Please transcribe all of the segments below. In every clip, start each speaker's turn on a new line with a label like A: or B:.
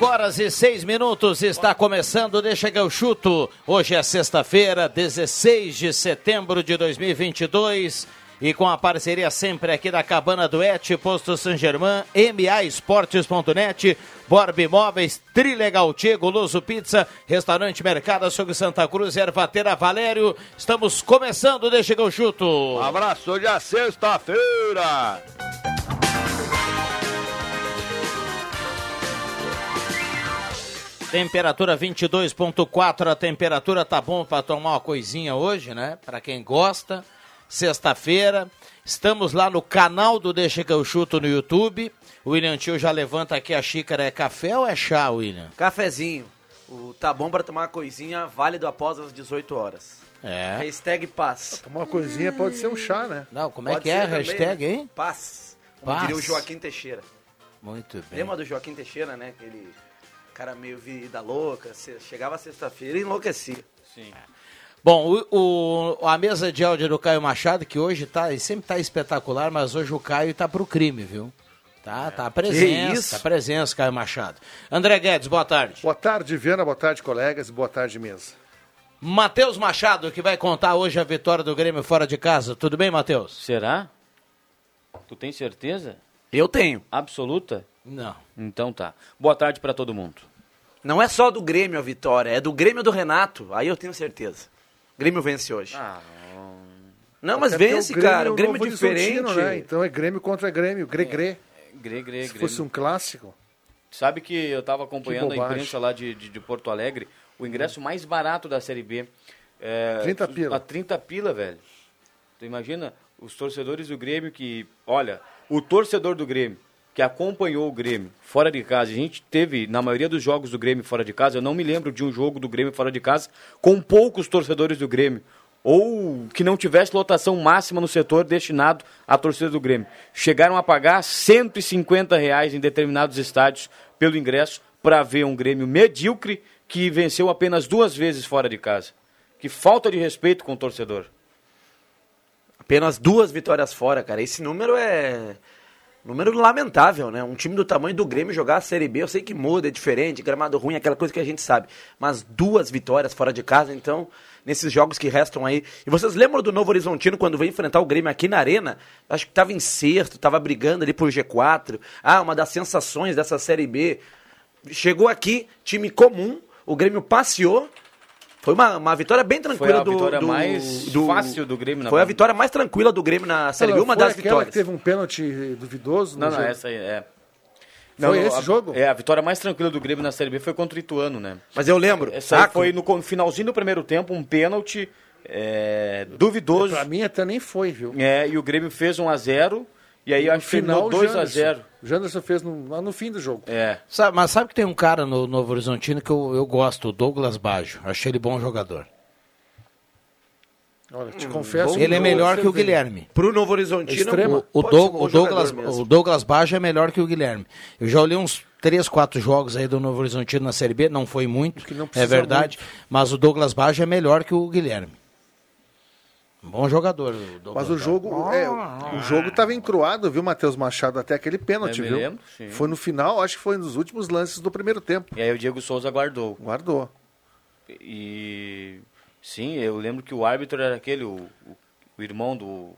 A: horas e seis minutos está começando, deixa que eu chuto. Hoje é sexta-feira, 16 de setembro de 2022 e com a parceria sempre aqui da Cabana do Et, Posto San Germán, MA Esportes.net, Borb Imóveis, Trilegal Tigo, Luso Pizza, Restaurante Mercado, Açougue Santa Cruz, Ervatera Valério. Estamos começando, deixa que eu chuto. Um
B: abraço, hoje é sexta-feira.
A: Temperatura 22.4, a temperatura tá bom para tomar uma coisinha hoje, né? Para quem gosta. Sexta-feira, estamos lá no canal do Deixa que eu chuto no YouTube. O William Tio já levanta aqui a xícara, é café ou é chá, William?
C: Cafezinho. O tá bom para tomar uma coisinha, válido após as 18 horas.
A: É.
C: Hashtag paz.
D: Uma coisinha pode ser um chá, né?
A: Não, como é
C: Pode
A: que é a
C: ser também,
A: hashtag,
C: né?
A: hein?
C: Paz. Como
A: Paz. É.
C: diria o Joaquim Teixeira.
A: Muito bem.
C: Lembra do Joaquim Teixeira, né? Aquele cara meio vida louca. se- Chegava sexta-feira e enlouquecia.
A: Bom, o, o- a mesa de áudio do Caio Machado, que hoje tá, e sempre tá espetacular, mas hoje o Caio tá pro crime, viu? Tá, tá a presença,
C: isso?
A: tá a presença, Caio Machado. André Guedes, boa tarde.
D: Boa tarde, Viana. Boa tarde, colegas. Boa tarde, mesa.
A: Matheus Machado, que vai contar hoje a vitória do Grêmio fora de casa. Tudo bem, Matheus?
E: Será? Tu tem certeza?
C: Eu tenho.
E: Absoluta?
A: Não.
E: Então tá. Boa tarde pra todo mundo.
C: Não é só do Grêmio a vitória, é do Grêmio do Renato. Aí eu tenho certeza. O Grêmio vence hoje.
E: Ah,
C: não, mas
D: Até porque
C: vence, cara. O Grêmio
D: um Novo
C: é diferente.
D: Horizontino, né? Então é Grêmio contra Grêmio. Gregre.
E: Gre, gre,
D: Se
E: gre.
D: fosse um clássico,
E: Sabe que eu tava acompanhando
D: Que
E: a
D: bobagem.
E: imprensa lá de, de, de Porto Alegre, o ingresso mais barato da Série B. É,
D: 30
E: tu-
D: pila.
E: A 30 pila, velho. Tu imagina os torcedores do Grêmio que, olha, o torcedor do Grêmio que acompanhou o Grêmio fora de casa, a gente teve na maioria dos jogos do Grêmio fora de casa, eu não me lembro de um jogo do Grêmio fora de casa com poucos torcedores do Grêmio ou que não tivesse lotação máxima no setor destinado à torcida do Grêmio. Chegaram a pagar R$ 150 reais em determinados estádios pelo ingresso para ver um Grêmio medíocre que venceu apenas duas vezes fora de casa. Que falta de respeito com o torcedor.
C: Apenas duas vitórias fora, cara. Esse número é. Número lamentável, né? Um time do tamanho do Grêmio jogar a Série B, eu sei que muda, é diferente, gramado ruim, aquela coisa que a gente sabe. Mas duas vitórias fora de casa, então, nesses jogos que restam aí. E vocês lembram do Novo Horizontino quando veio enfrentar o Grêmio aqui na Arena? Acho que tava em sexto, tava brigando ali por G4. Ah, uma das sensações dessa Série B. Chegou aqui, time comum, o Grêmio passeou. Foi uma, uma vitória bem tranquila do
E: vitória
C: do-
E: mais
C: do-
E: fácil do Grêmio na
C: Foi a
E: Copa.
C: vitória vitória mais tranquila do Grêmio na Série B,
D: Ela
C: uma
D: foi
C: das
D: aquela que
C: vitórias.
D: teve um pênalti duvidoso. no
E: Não, não,
D: jogo?
E: essa aí é.
D: Foi esse
E: a-
D: jogo?
E: É, a vitória mais tranquila do Grêmio na Série B foi contra o Ituano, né?
D: um
C: Mas eu lembro.
E: Essa aí
C: Acre.
E: foi no con- finalzinho do primeiro tempo, um pênalti é, duvidoso.
D: Pra mim até nem foi, viu?
E: É, e o Grêmio fez 1 a 0 e aí acho que
D: Final,
E: terminou 2 a
D: Janderson.
E: 0
D: O Janderson fez no- lá no fim do jogo.
E: É.
A: Sabe- mas sabe que tem um cara no Novo Horizontino que eu, eu gosto, o Douglas Baggio. Achei ele bom jogador.
D: Olha, te confesso.
A: ele é
D: não
A: melhor que o
D: observei.
A: Guilherme.
C: Pro Novo Horizontino.
D: Extremo.
A: O, o
C: pode ser um
A: Doug-
C: bom
A: o Douglas,
C: jogador mesmo.
A: o Douglas Baggio é melhor que o Guilherme. Eu já olhei uns três, quatro jogos aí do Novo Horizontino na Série B, não foi muito,
D: que não
A: é
D: precisa
A: verdade, mas o Douglas Baggio é melhor que o Guilherme. Bom jogador, o Douglas
D: Mas o
A: Baggio.
D: jogo, é, o jogo tava encruado, viu, Matheus Machado? Até aquele pênalti,
E: Eu me
D: viu?
E: lembro, sim.
D: Foi no final, acho que foi nos últimos lances do primeiro tempo.
E: E aí o Diego Souza guardou.
D: Guardou.
E: E sim, eu lembro que o árbitro era aquele, o, o- o irmão do.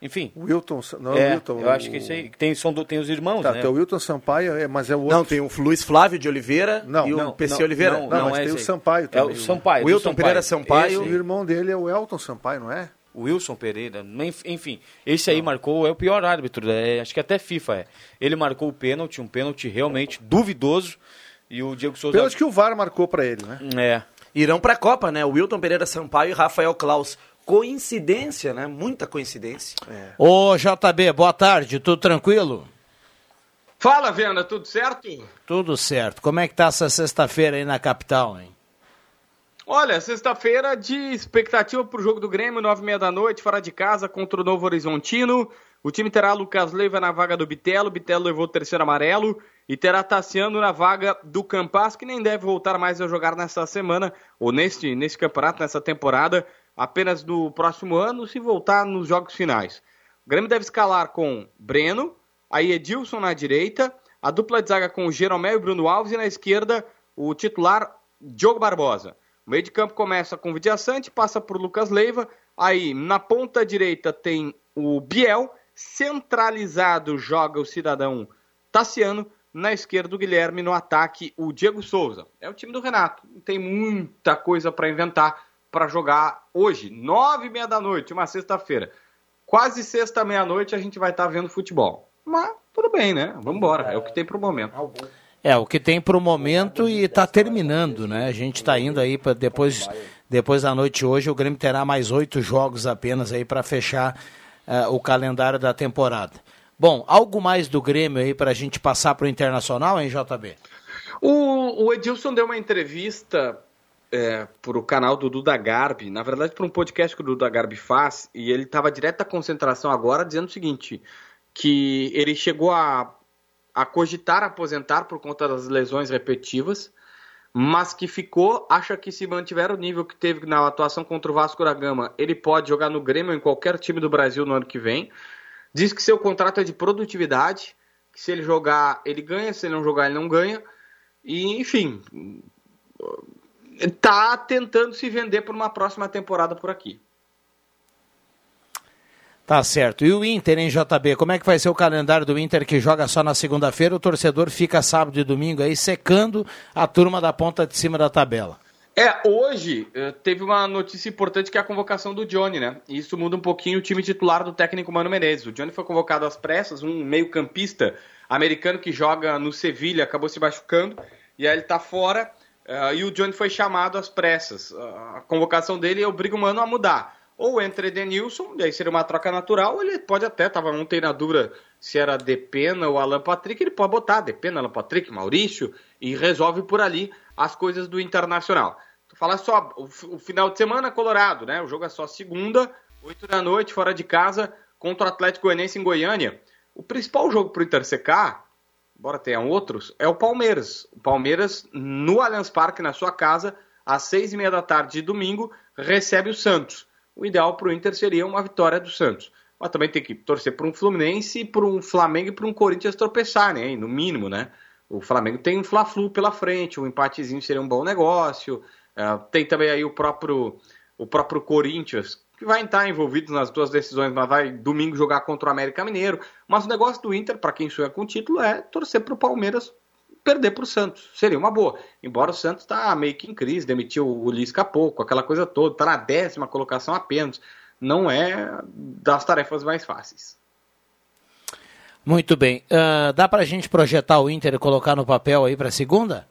E: Enfim.
D: Wilton, não é o
E: é,
D: Wilton.
E: eu acho
D: o-
E: que isso aí. Tem, são do- tem os irmãos,
D: Tá,
E: né?
D: tem o Wilton Sampaio, é, mas é o outro.
C: Não, tem o Luiz Flávio de Oliveira
D: Não,
C: e o
D: não,
C: PC
E: não,
C: Oliveira.
E: não,
D: mas
E: é
D: tem
E: esse
D: o
E: aí.
D: Sampaio
E: É
D: também. né?
E: o Sampaio. do
C: Wilton Pereira Sampaio.
E: Esse
D: O
E: aí.
D: irmão dele é o Elton Sampaio, não é?
E: o Wilson Pereira, enf- enfim, esse aí marcou, é o pior árbitro, é, acho que até FIFA é. Ele marcou o pênalti, um pênalti realmente duvidoso, e o Diego Souza...
D: Pelo que o VAR marcou pra ele, né?
E: É,
C: Irão pra Copa, né? Wilton Pereira Sampaio e Rafael Klaus. Coincidência, né? Muita coincidência.
D: É.
F: Ô, JB, boa tarde, tudo tranquilo?
G: Fala, Venda, tudo certo?
F: Tudo certo. Como é que tá essa sexta-feira aí na capital, hein?
G: Olha, sexta-feira de expectativa para o jogo do Grêmio, nove e meia da noite, fora de casa, contra o Novo Horizontino. O time terá Lucas Leiva na vaga do Bitelo, Bitelo levou o terceiro amarelo, e terá Tassiano na vaga do Campas, que nem deve voltar mais a jogar nessa semana, ou neste, neste campeonato, nessa temporada, apenas no próximo ano, se voltar nos jogos finais. O Grêmio deve escalar com Breno, aí Edilson na direita, a dupla de zaga com o Jeromel e Bruno Alves e na esquerda o titular Diogo Barbosa. O meio de campo começa com o Vidia Sante, passa por Lucas Leiva, aí na ponta direita tem o Biel, centralizado joga o cidadão Tassiano, na esquerda o Guilherme, no ataque o Diego Souza. É o time do Renato, não tem muita coisa para inventar para jogar hoje, nove e meia da noite, uma sexta-feira quase sexta meia-noite a gente vai estar vendo futebol. Mas tudo bem, né? Vamos embora, é o que tem pro momento.
F: É, o que tem pro momento e tá terminando, né? A gente tá indo aí para depois, depois da noite hoje, o Grêmio terá mais oito jogos apenas aí para fechar eh, o calendário da temporada. Bom, algo mais do Grêmio aí pra gente passar pro Internacional, hein, JB?
G: O, o Edilson deu uma entrevista é, para o canal do Duda Garbi, na verdade para um podcast que o Duda Garbi faz, e ele estava direto da concentração agora dizendo o seguinte, que ele chegou a, a cogitar aposentar por conta das lesões repetitivas, mas que ficou, acha que se mantiver o nível que teve na atuação contra o Vasco da Gama, ele pode jogar no Grêmio ou em qualquer time do Brasil no ano que vem. Diz que seu contrato é de produtividade, que se ele jogar, ele ganha, se ele não jogar, ele não ganha. E, enfim, tá tentando se vender por uma próxima temporada por aqui.
F: Tá certo. E o Inter, hein, JB? Como é que vai ser o calendário do Inter que joga só na segunda-feira? O torcedor fica sábado e domingo aí secando a turma da ponta de cima da tabela.
G: É, hoje eh, teve uma notícia importante que é a convocação do Johnny, né? E isso muda um pouquinho o time titular do técnico Mano Menezes. O Johnny foi convocado às pressas, um meio-campista americano que joga no Sevilha, acabou se machucando, e aí ele tá fora. eh, e o Johnny foi chamado às pressas. Ah, a convocação dele obriga o Mano a mudar. Ou entra Edenilson, e aí seria uma troca natural, ou ele pode até, tava ontem na dúvida se era Depena ou Alan Patrick, ele pode botar Depena, Alan Patrick, Maurício, e resolve por ali as coisas do Internacional. Tu fala só, o, fi- o final de semana Colorado, né? O jogo é só segunda, 8 da noite, fora de casa, contra o Atlético Goianiense em Goiânia. O principal jogo pro Inter secar, embora tenham outros, é o Palmeiras. O Palmeiras, no Allianz Parque, na sua casa, às seis e meia da tarde de domingo, recebe o Santos. O ideal para o Inter seria uma vitória do Santos. Mas também tem que torcer para um Fluminense, para um Flamengo e para um Corinthians tropeçar, né? No mínimo, né? O Flamengo tem um Fla-Flu pela frente, um empatezinho seria um bom negócio. Ah, tem também aí o próprio, o próprio Corinthians, que vai estar envolvido nas duas decisões, mas vai domingo jogar contra o América Mineiro. Mas o negócio do Inter, para quem sonha com o título, é torcer para o Palmeiras perder para o Santos. Seria uma boa. Embora o Santos está meio que em crise, demitiu o Lisca há pouco, aquela coisa toda, está na décima colocação apenas. Não é das tarefas mais fáceis.
F: Muito bem. Ah, dá pra gente projetar o Inter e colocar no papel aí pra segunda?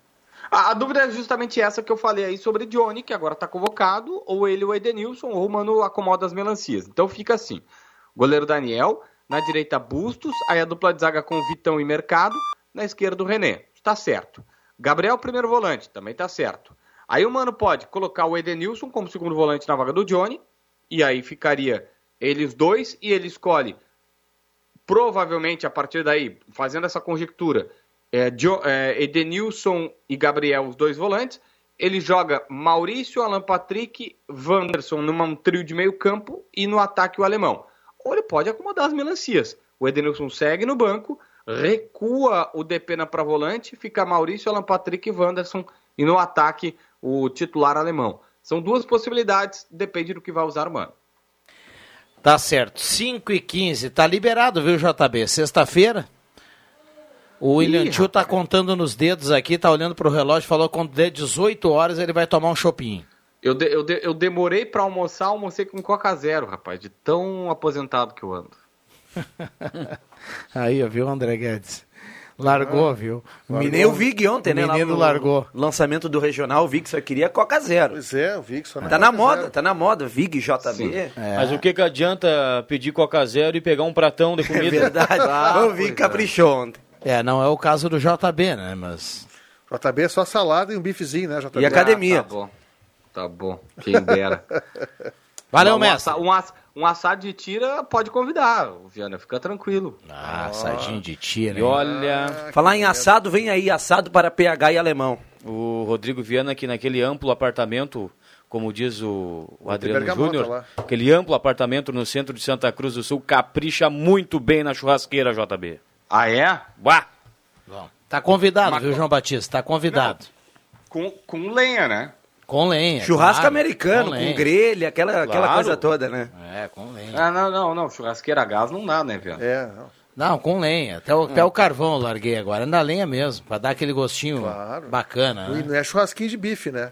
G: A, a dúvida é justamente essa que eu falei aí sobre Johnny, que agora está convocado, ou ele o Edenilson, ou o Mano acomoda as melancias. Então fica assim: goleiro Daniel, na direita Bustos, aí a dupla de zaga com Vitão e Mercado, na esquerda o René. Está certo. Gabriel, primeiro volante, também está certo. Aí o Mano pode colocar o Edenilson como segundo volante na vaga do Johnny, e aí ficaria eles dois, e ele escolhe provavelmente a partir daí, fazendo essa conjectura, é, Jo- é, Edenilson e Gabriel, os dois volantes, ele joga Maurício, Alan Patrick, Wanderson numa um trio de meio campo e no ataque o alemão. Ou ele pode acomodar as melancias. O Edenilson segue no banco, recua o Depena para volante, fica Maurício, Alan Patrick e Wanderson e no ataque o titular alemão. São duas possibilidades, depende do que vai usar o mano.
F: Tá certo. 5 e 15 tá liberado, viu, JB? Sexta-feira. O William Tio tá contando nos dedos aqui, tá olhando pro relógio, falou que quando der 18 horas ele vai tomar um chopinho.
G: Eu, de- eu, de- eu demorei pra almoçar, almocei com Coca Zero, rapaz, de tão aposentado que eu ando.
A: Aí, ó, viu, André Guedes? Largou, viu?
C: Menino, eu vi que ontem, né? lá
A: Menino
C: no
A: largou.
C: Lançamento do regional, o Vig só queria Coca Zero.
D: Pois é, eu vi que só
C: Tá na moda, tá na moda. Vig, É JB.
G: Sim.
E: Mas o que, que adianta pedir Coca Zero e pegar um pratão de
C: É
E: comida?
C: verdade.
G: Ah,
C: o Vig
G: pois é.
C: caprichou ontem.
A: É, não é o caso do JB, né? Mas.
D: JB é só salada e um bifezinho, né, JB?
C: E a- Academia.
G: Ah, tá bom. Tá bom. Quem dera.
A: Valeu,
G: um
A: mestre.
G: assa- Um, ass- um assado de tira pode convidar, o Viana, fica tranquilo.
A: Ah, sadinho de
F: né?
A: tira.
E: E
A: hein?
E: olha,
C: Falar em assado, vem aí assado para PH e alemão.
E: o Rodrigo Viana aqui naquele amplo apartamento, como diz o, o Adriano
D: Bergamota
E: Júnior,
D: lá.
E: aquele amplo apartamento no centro de Santa Cruz do Sul capricha muito bem na churrasqueira, JB.
G: Ah, é?
E: Bah!
A: Tá convidado, viu, João Batista? Tá convidado.
G: Com, com lenha, né?
A: Com lenha.
C: É, Churrasco
A: claro,
C: americano, com
A: lenha.
C: grelha, aquela, aquela
E: Claro.
C: coisa toda, né?
A: É, com lenha.
G: Ah, não, não, não. Churrasqueira a gás não dá, né, Viana?
D: É, não.
A: Não, com lenha. Até o, até o carvão eu larguei agora. Na lenha mesmo, pra dar aquele gostinho
D: Claro.
A: bacana.
D: E
A: Né?
D: não é churrasquinho de bife, né?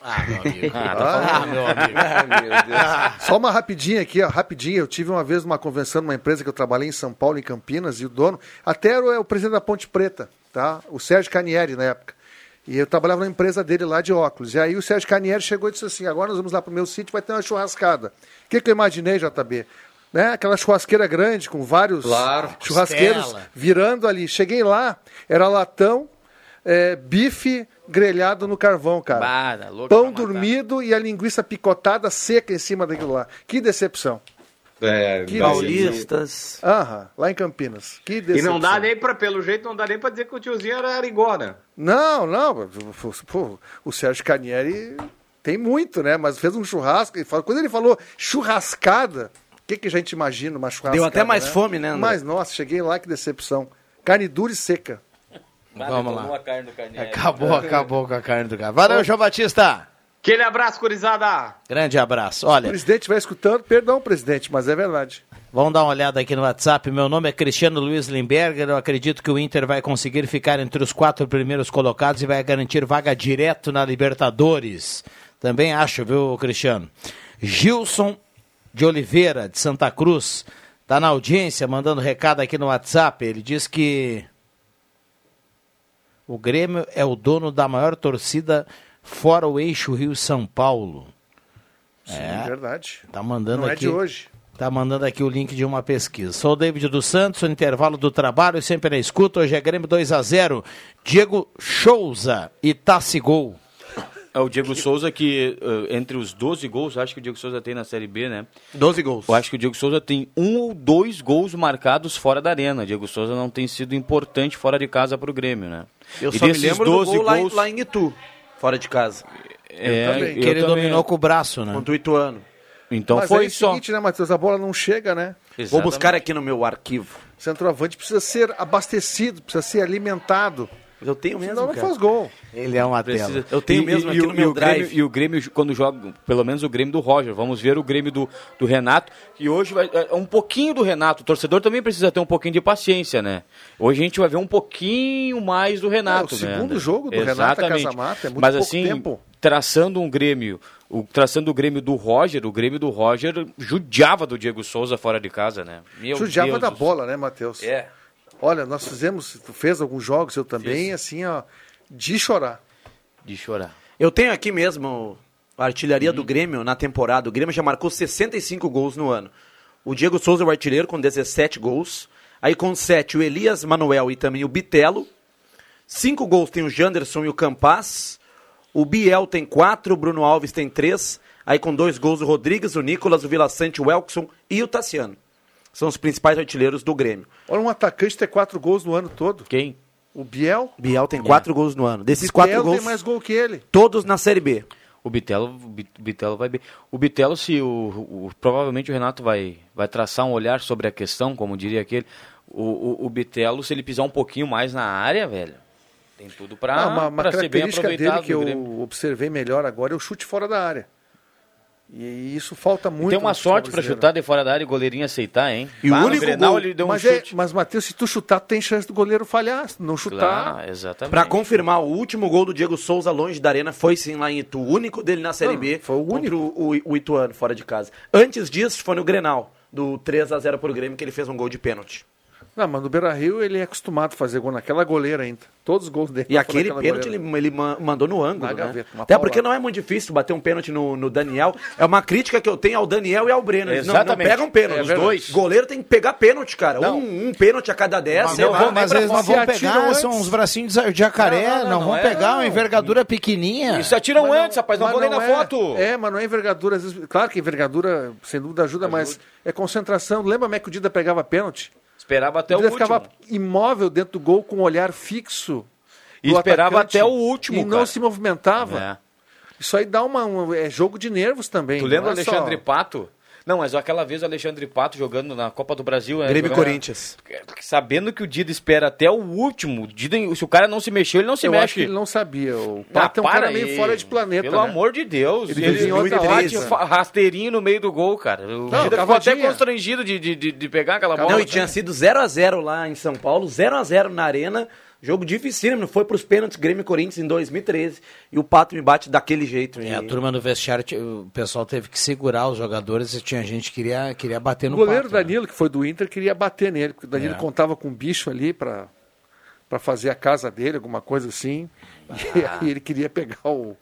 A: Ah, meu amigo.
E: Ah, tá
A: ah, meu amigo.
D: Só uma rapidinha aqui, ó, rapidinha. Eu tive uma vez uma convenção numa empresa que eu trabalhei em São Paulo, em Campinas, e o dono, até era o- é o presidente da Ponte Preta, tá? O Sérgio Canieri, na época. E eu trabalhava na empresa dele lá de óculos. E aí o Sérgio Canieri chegou e disse assim, agora nós vamos lá pro meu sítio, vai ter uma churrascada. O que, que eu imaginei, JB? Né? Aquela churrasqueira grande, com vários
G: Claro,
D: churrasqueiros
A: costela.
D: virando ali. Cheguei lá, era latão, é, bife grelhado no carvão, cara.
E: Bah, tá louco pra
D: Pão
E: matar.
D: dormido e a linguiça picotada seca em cima daquilo lá. Que decepção.
G: É,
D: Que
G: dá-
C: Paulistas.
D: Aham, lá em Campinas. Que
G: E
D: decepção.
G: não dá nem pra, pelo jeito, não dá nem pra dizer que o tiozinho era arigó, né?
D: Não, não. pô, o Sérgio Canieri tem muito, né? Mas fez um churrasco. e falou- Quando ele falou churrascada, o que, que a gente imagina uma churrascada?
C: Deu até mais
D: né?
C: fome, né, André?
D: Mas, nossa, cheguei lá, que decepção. Carne dura e seca.
A: Vamos lá.
E: Tomou a carne do carneiro.
A: Acabou, acabou com a carne do cara. Valeu, João Batista.
G: Aquele abraço, curizada!
A: Grande abraço.
C: É.
D: O
A: Olha,
D: presidente vai escutando. Perdão, presidente, mas é verdade.
A: vamos dar uma olhada aqui no WhatsApp. Meu nome é Cristiano Luiz Limberger. Eu acredito que o Inter vai conseguir ficar entre os quatro primeiros colocados e vai garantir vaga direto na Libertadores. Também acho, viu, Cristiano? Gilson de Oliveira, de Santa Cruz, tá na audiência, mandando recado aqui no WhatsApp. Ele diz que O Grêmio é o dono da maior torcida fora o eixo Rio-São Paulo.
D: Sim, é verdade.
A: Tá mandando
D: Não é
A: aqui.
D: de hoje.
A: Tá mandando aqui o link de uma pesquisa. Sou o David dos Santos, no intervalo do trabalho, sempre na escuta. Hoje é Grêmio 2 a 0 Diego Souza e Tassigol.
E: É o Diego Souza que, eh, entre os 12 gols, acho que o Diego Souza tem na Série B, né?
C: 12 gols.
E: Eu acho que o Diego Souza tem um ou dois gols marcados fora da arena. Diego Souza não tem sido importante fora de casa para o Grêmio, né?
C: Eu
E: e
C: só me
E: desses
C: lembro do
E: 12
C: gol lá, em-
E: gols,
C: lá em Itu, fora de casa,
E: é,
D: também.
E: eu
A: Que ele
E: também.
A: dominou com o braço, né?
C: contra o Ituano.
E: Então
D: mas
E: foi
D: é o
E: só.
D: seguinte, né, Matheus? A bola não chega, né?
C: Vou
E: Exatamente.
C: buscar aqui no meu arquivo.
D: Centroavante precisa ser abastecido, precisa ser alimentado.
C: Eu tenho mesmo,
D: Senão não
C: cara.
D: faz gol.
A: Ele é uma tela.
E: Precisa-
C: Eu tenho mesmo aqui
E: o-
C: no meu
E: o Grêmio-
C: drive.
E: e o Grêmio, quando joga, pelo menos o Grêmio do Roger, vamos ver o Grêmio do, do Renato, que hoje vai, é um pouquinho do Renato. O torcedor também precisa ter um pouquinho de paciência, né? Hoje a gente vai ver um pouquinho mais do Renato.
D: É, o
E: né,
D: segundo
E: André?
D: jogo do Renato a
E: Exatamente.
D: Casamata, é muito
E: Mas
D: pouco
E: assim,
D: tempo.
E: traçando um Grêmio, o, traçando o Grêmio do Roger, o Grêmio do Roger judiava do Diego Souza fora de casa, né? Meu
D: Judiava
E: Deus
D: da
E: do-
D: bola, né, Matheus?
E: É.
D: Olha, nós fizemos, tu fez alguns jogos, eu também, assim, ó, de chorar.
E: De chorar.
C: Eu tenho aqui mesmo a artilharia do Grêmio na temporada. O Grêmio já marcou 65 gols no ano. O Diego Souza é o artilheiro com 17 gols. Aí com 7 o Elias Manuel e também o Bitelo. 5 gols tem o Janderson e o Campaz. O Biel tem 4, o Bruno Alves tem 3. Aí com dois gols o Rodrigues, o Nicolas, o Vila Sante, o Elkson e o Tassiano. São os principais artilheiros do Grêmio.
D: Olha um atacante ter quatro gols no ano todo.
E: Quem?
D: O Biel,
C: O Biel tem 4 gols no ano. Desses 4
D: Biel
C: gols,
D: tem mais gol que ele.
C: todos na Série B.
E: O Bitelo, o Bi- o Bitelo vai bem. O Bitelo, se o, o- provavelmente o Renato vai, vai traçar um olhar sobre a questão, como diria aquele. O, o, o Bitelo, se ele pisar um pouquinho mais na área, velho, tem tudo pra,
D: Ah, uma uma
E: Tá, pra ser bem
D: característica dele
E: aproveitado.
D: que
E: no Grêmio.
D: eu observei melhor agora é o chute fora da área. E isso falta muito.
E: Tem uma
D: no futebol
E: sorte pra
D: brasileiro.
E: chutar de fora da área e o goleirinho aceitar, hein?
D: E
E: Bah,
D: o
E: no
D: único
E: Grenal
D: gol-
E: ele deu um
D: né? mas, é-
E: chute.
D: mas, Matheus, se tu chutar, tu tem chance do goleiro falhar. Se não chutar.
E: Claro, exatamente.
C: Pra confirmar, o último gol do Diego Souza longe da arena foi sim lá em Itu. O único dele na Série
D: Não,
C: B
D: Ah, foi o
C: contra o, o Ituano, fora de casa. Antes disso, foi no Grenal, do 3 a 0 pro Grêmio, que ele fez um gol de pênalti.
D: Não, mas no Beira Rio ele é acostumado a fazer gol naquela goleira ainda. Todos os gols dele.
C: E
D: foram
C: aquele
D: naquela
C: pênalti
D: goleira.
C: ele, ele ma- mandou no ângulo,
D: Na
C: né?
D: gaveta, uma
C: Até porque
D: paulada.
C: não é muito difícil bater um pênalti no, no Daniel. É uma crítica que eu tenho ao Daniel e ao Breno. Eles não, não
E: Exatamente.
C: pegam pênalti.
E: É
C: os
E: verdade.
C: dois. Goleiro tem que pegar pênalti, cara. Um, um pênalti a cada dez. sei
A: Não
C: lá.
A: vão, mas
D: pra
A: eles não
D: fora.
A: vão
D: Se atiram
A: pegar,
D: antes.
A: são uns bracinhos de jacaré, não,
E: Não, não, não,
A: vão
E: não é,
A: pegar uma
E: não.
A: envergadura pequenininha.
E: Isso é atiram
D: Mas não-
E: antes, rapaz. Não
D: mas
E: vou nem na
D: é-
E: foto.
D: É, mas não é envergadura. Às vezes, claro que envergadura, sem dúvida, ajuda, mas é concentração. Lembra como é que o Dida pegava pênalti?
E: Esperava até
D: o
E: o
D: Dida
E: último.
D: ficava imóvel dentro do gol com um olhar fixo.
E: E
D: do
E: esperava
D: atacante
E: até o último,
D: E não
E: cara.
D: se movimentava.
E: É.
D: Isso aí dá uma, um- é jogo de nervos também.
E: Tu lembra o
D: não é só-
E: Alexandre Pato? Não, mas aquela vez o Alexandre Pato jogando na Copa do Brasil.
D: É
E: né,
C: Grêmio e
E: jogando-
C: Corinthians.
E: Sabendo que o Dida espera até o último. o Dida, se o cara não se mexeu, ele não se
D: Eu
E: mexe.
D: acho que ele não sabia. O
E: Ah,
D: Pato é um cara
E: para aí.
D: meio fora de planeta.
E: Pelo
D: né?
E: amor de Deus.
D: Ele
E: Ele,
D: vivia em outra
E: bate
D: vida.
E: fa- rasteirinho no meio do gol, cara. O
D: Não,
E: Dida ficou até
D: cavadinha.
E: constrangido de, de, de- de pegar aquela bola.
C: Não, e
D: né?
C: tinha sido 0 a 0 lá em São Paulo, 0 a 0 na Arena. Jogo dificílimo, foi pros pênaltis Grêmio e Corinthians em 2013. E o Pato me bate daquele jeito.
A: É,
C: e-
A: a turma no vestiário, ti- o pessoal teve que segurar os jogadores e tinha gente que queria, queria bater
D: O
A: no
D: goleiro
A: pato, né?
D: Danilo, que foi do Inter, queria bater nele, porque o Danilo
A: É.
D: contava com um bicho ali pra pra fazer a casa dele, alguma coisa assim. E aí ele queria pegar o.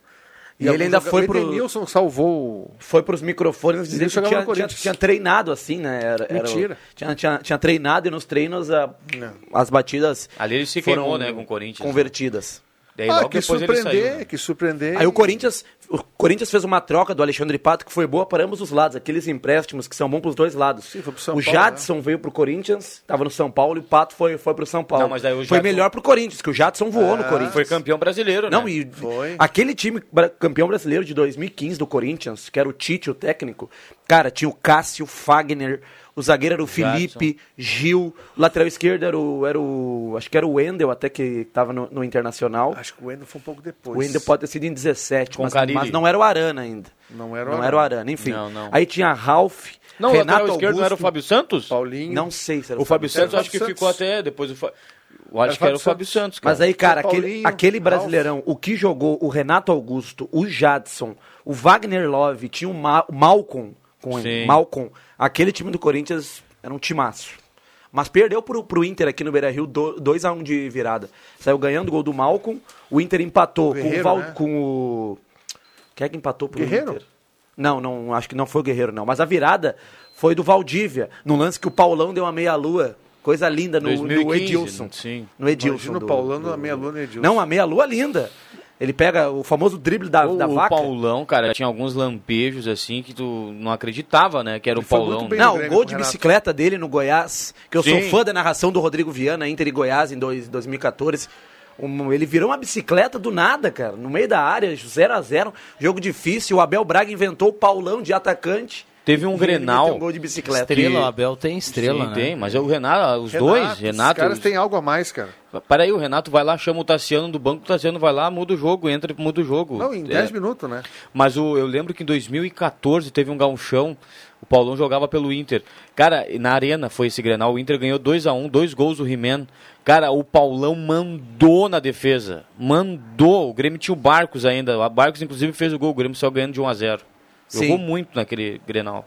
C: E ele ainda foi pro-
D: O Nilson salvou. o-
C: Foi pros microfones dizer
D: Ele
C: que
D: jogava
C: tinha,
D: no Corinthians.
C: tinha- tinha treinado assim, né? Era- era o-
D: Mentira.
C: tinha, tinha, tinha treinado e nos treinos a- as batidas
E: Ali ele se
C: foram
E: queimou, né, com o Corinthians.
C: convertidas.
E: Daí
D: Ah,
E: É, logo
D: que
E: depois ele
D: surpreender,
E: saiu. né?
D: que surpreender.
C: Aí o Corinthians, o Corinthians fez uma troca do Alexandre Pato que foi boa para ambos os lados, aqueles empréstimos que são bons para os dois lados.
D: Sim, foi pro São
C: o
D: Paulo, né?
C: Jadson veio pro Corinthians, tava no São Paulo e o Pato foi foi pro São Paulo.
E: Não, mas daí o
C: Foi
E: Jadson-
C: melhor pro Corinthians, que o Jadson voou
D: É,
C: no Corinthians.
E: Foi campeão brasileiro, né?
C: Não, e
D: Foi.
C: aquele time bra- campeão brasileiro de 2015 do Corinthians, que era o Tite, o técnico, cara, tinha o Cássio, Fagner, o zagueiro era o Felipe, Gil, o lateral esquerdo era o, era o- acho que era o Wendel até que tava no, no Internacional.
D: Acho que o Wendel foi um pouco depois.
C: O Wendel pode ter sido em 17,
E: Com
C: mas,
E: Carille.
C: mas não era o Arana ainda.
D: Não era o
C: não
D: Arana.
C: era o Arana, enfim.
E: Não, não.
C: Aí tinha Ralph,
E: Não, o
C: Renato
E: lateral esquerdo não era o
C: Augusto.
E: Fábio Santos?
D: Paulinho.
C: Não sei se era
E: O Fábio Santos
D: Santos.
E: acho que
D: Santos.
E: ficou até depois o Fa... Eu acho
D: o
E: que era
D: Fábio
E: o Fábio Santos, cara.
C: Mas aí, cara, aquele,
D: Paulinho,
C: aquele
D: Ralf.
C: brasileirão, o que jogou o Renato Augusto, o Jadson, o Wagner Love, tinha o, Ma o Malcom com ele.
E: Sim.
C: Malcom. Aquele time do Corinthians era um timaço. Mas perdeu pro, pro Inter aqui no Beira Rio 2x1 de virada. Saiu ganhando o gol do Malcom. O Inter empatou com, o
D: Guerreiro,
C: Val
D: né?
C: com o. Quem é que empatou pro
D: Guerreiro?
C: Inter? Não, não, acho que não foi o Guerreiro, não. Mas a virada foi do Valdívia, no lance que o Paulão deu a meia-lua. Coisa linda no,
E: 2015,
C: no Edilson.
E: sim.
C: No Edilson.
D: Imagina o
C: do-
D: Paulão
C: do-
D: na meia-lua no Edilson.
C: Não, a meia-lua linda. Ele pega o famoso drible da,
E: O,
C: da
E: o
C: vaca.
E: Paulão, cara, tinha alguns lampejos assim que tu não acreditava, né? Que era o
D: Ele foi
E: Paulão.
D: muito bem.
E: né?
C: Não,
D: no
C: o
D: Grêmio
C: gol
D: com o
C: de
D: Renato.
C: bicicleta dele no Goiás, que eu sou
E: Sim.
C: fã da narração do Rodrigo Viana, Inter e Goiás, em dois, 2014. Um- ele virou uma bicicleta do nada, cara, no meio da área, 0 a 0 jogo difícil. O Abel Braga inventou o Paulão de atacante.
E: Teve um
C: E ele
E: Grenal.
C: meteu Um gol de
D: é
C: bicicleta.
A: Estrela,
E: que-
A: o Abel tem estrela,
E: Sim,
A: né?
E: tem, mas é o Renato, os
D: Renato,
E: dois, Renato.
D: Os caras têm algo a mais, cara.
E: Para aí, o Renato vai lá, chama o Tassiano do banco, o Tassiano vai lá, muda o jogo, entra e muda o jogo.
D: Não, em
E: É,
D: 10 minutos, né?
E: Mas o- eu lembro que em 2014 teve um gauchão, o Paulão jogava pelo Inter. Cara, na arena foi esse Grenal, o Inter ganhou 2 a 1 dois gols do He-Man. Cara, o Paulão mandou na defesa, mandou. O Grêmio tinha o Barcos ainda, o Barcos inclusive fez o gol, o Grêmio saiu ganhando de 1 a 0 Jogou
C: Sim.
E: muito naquele Grenal.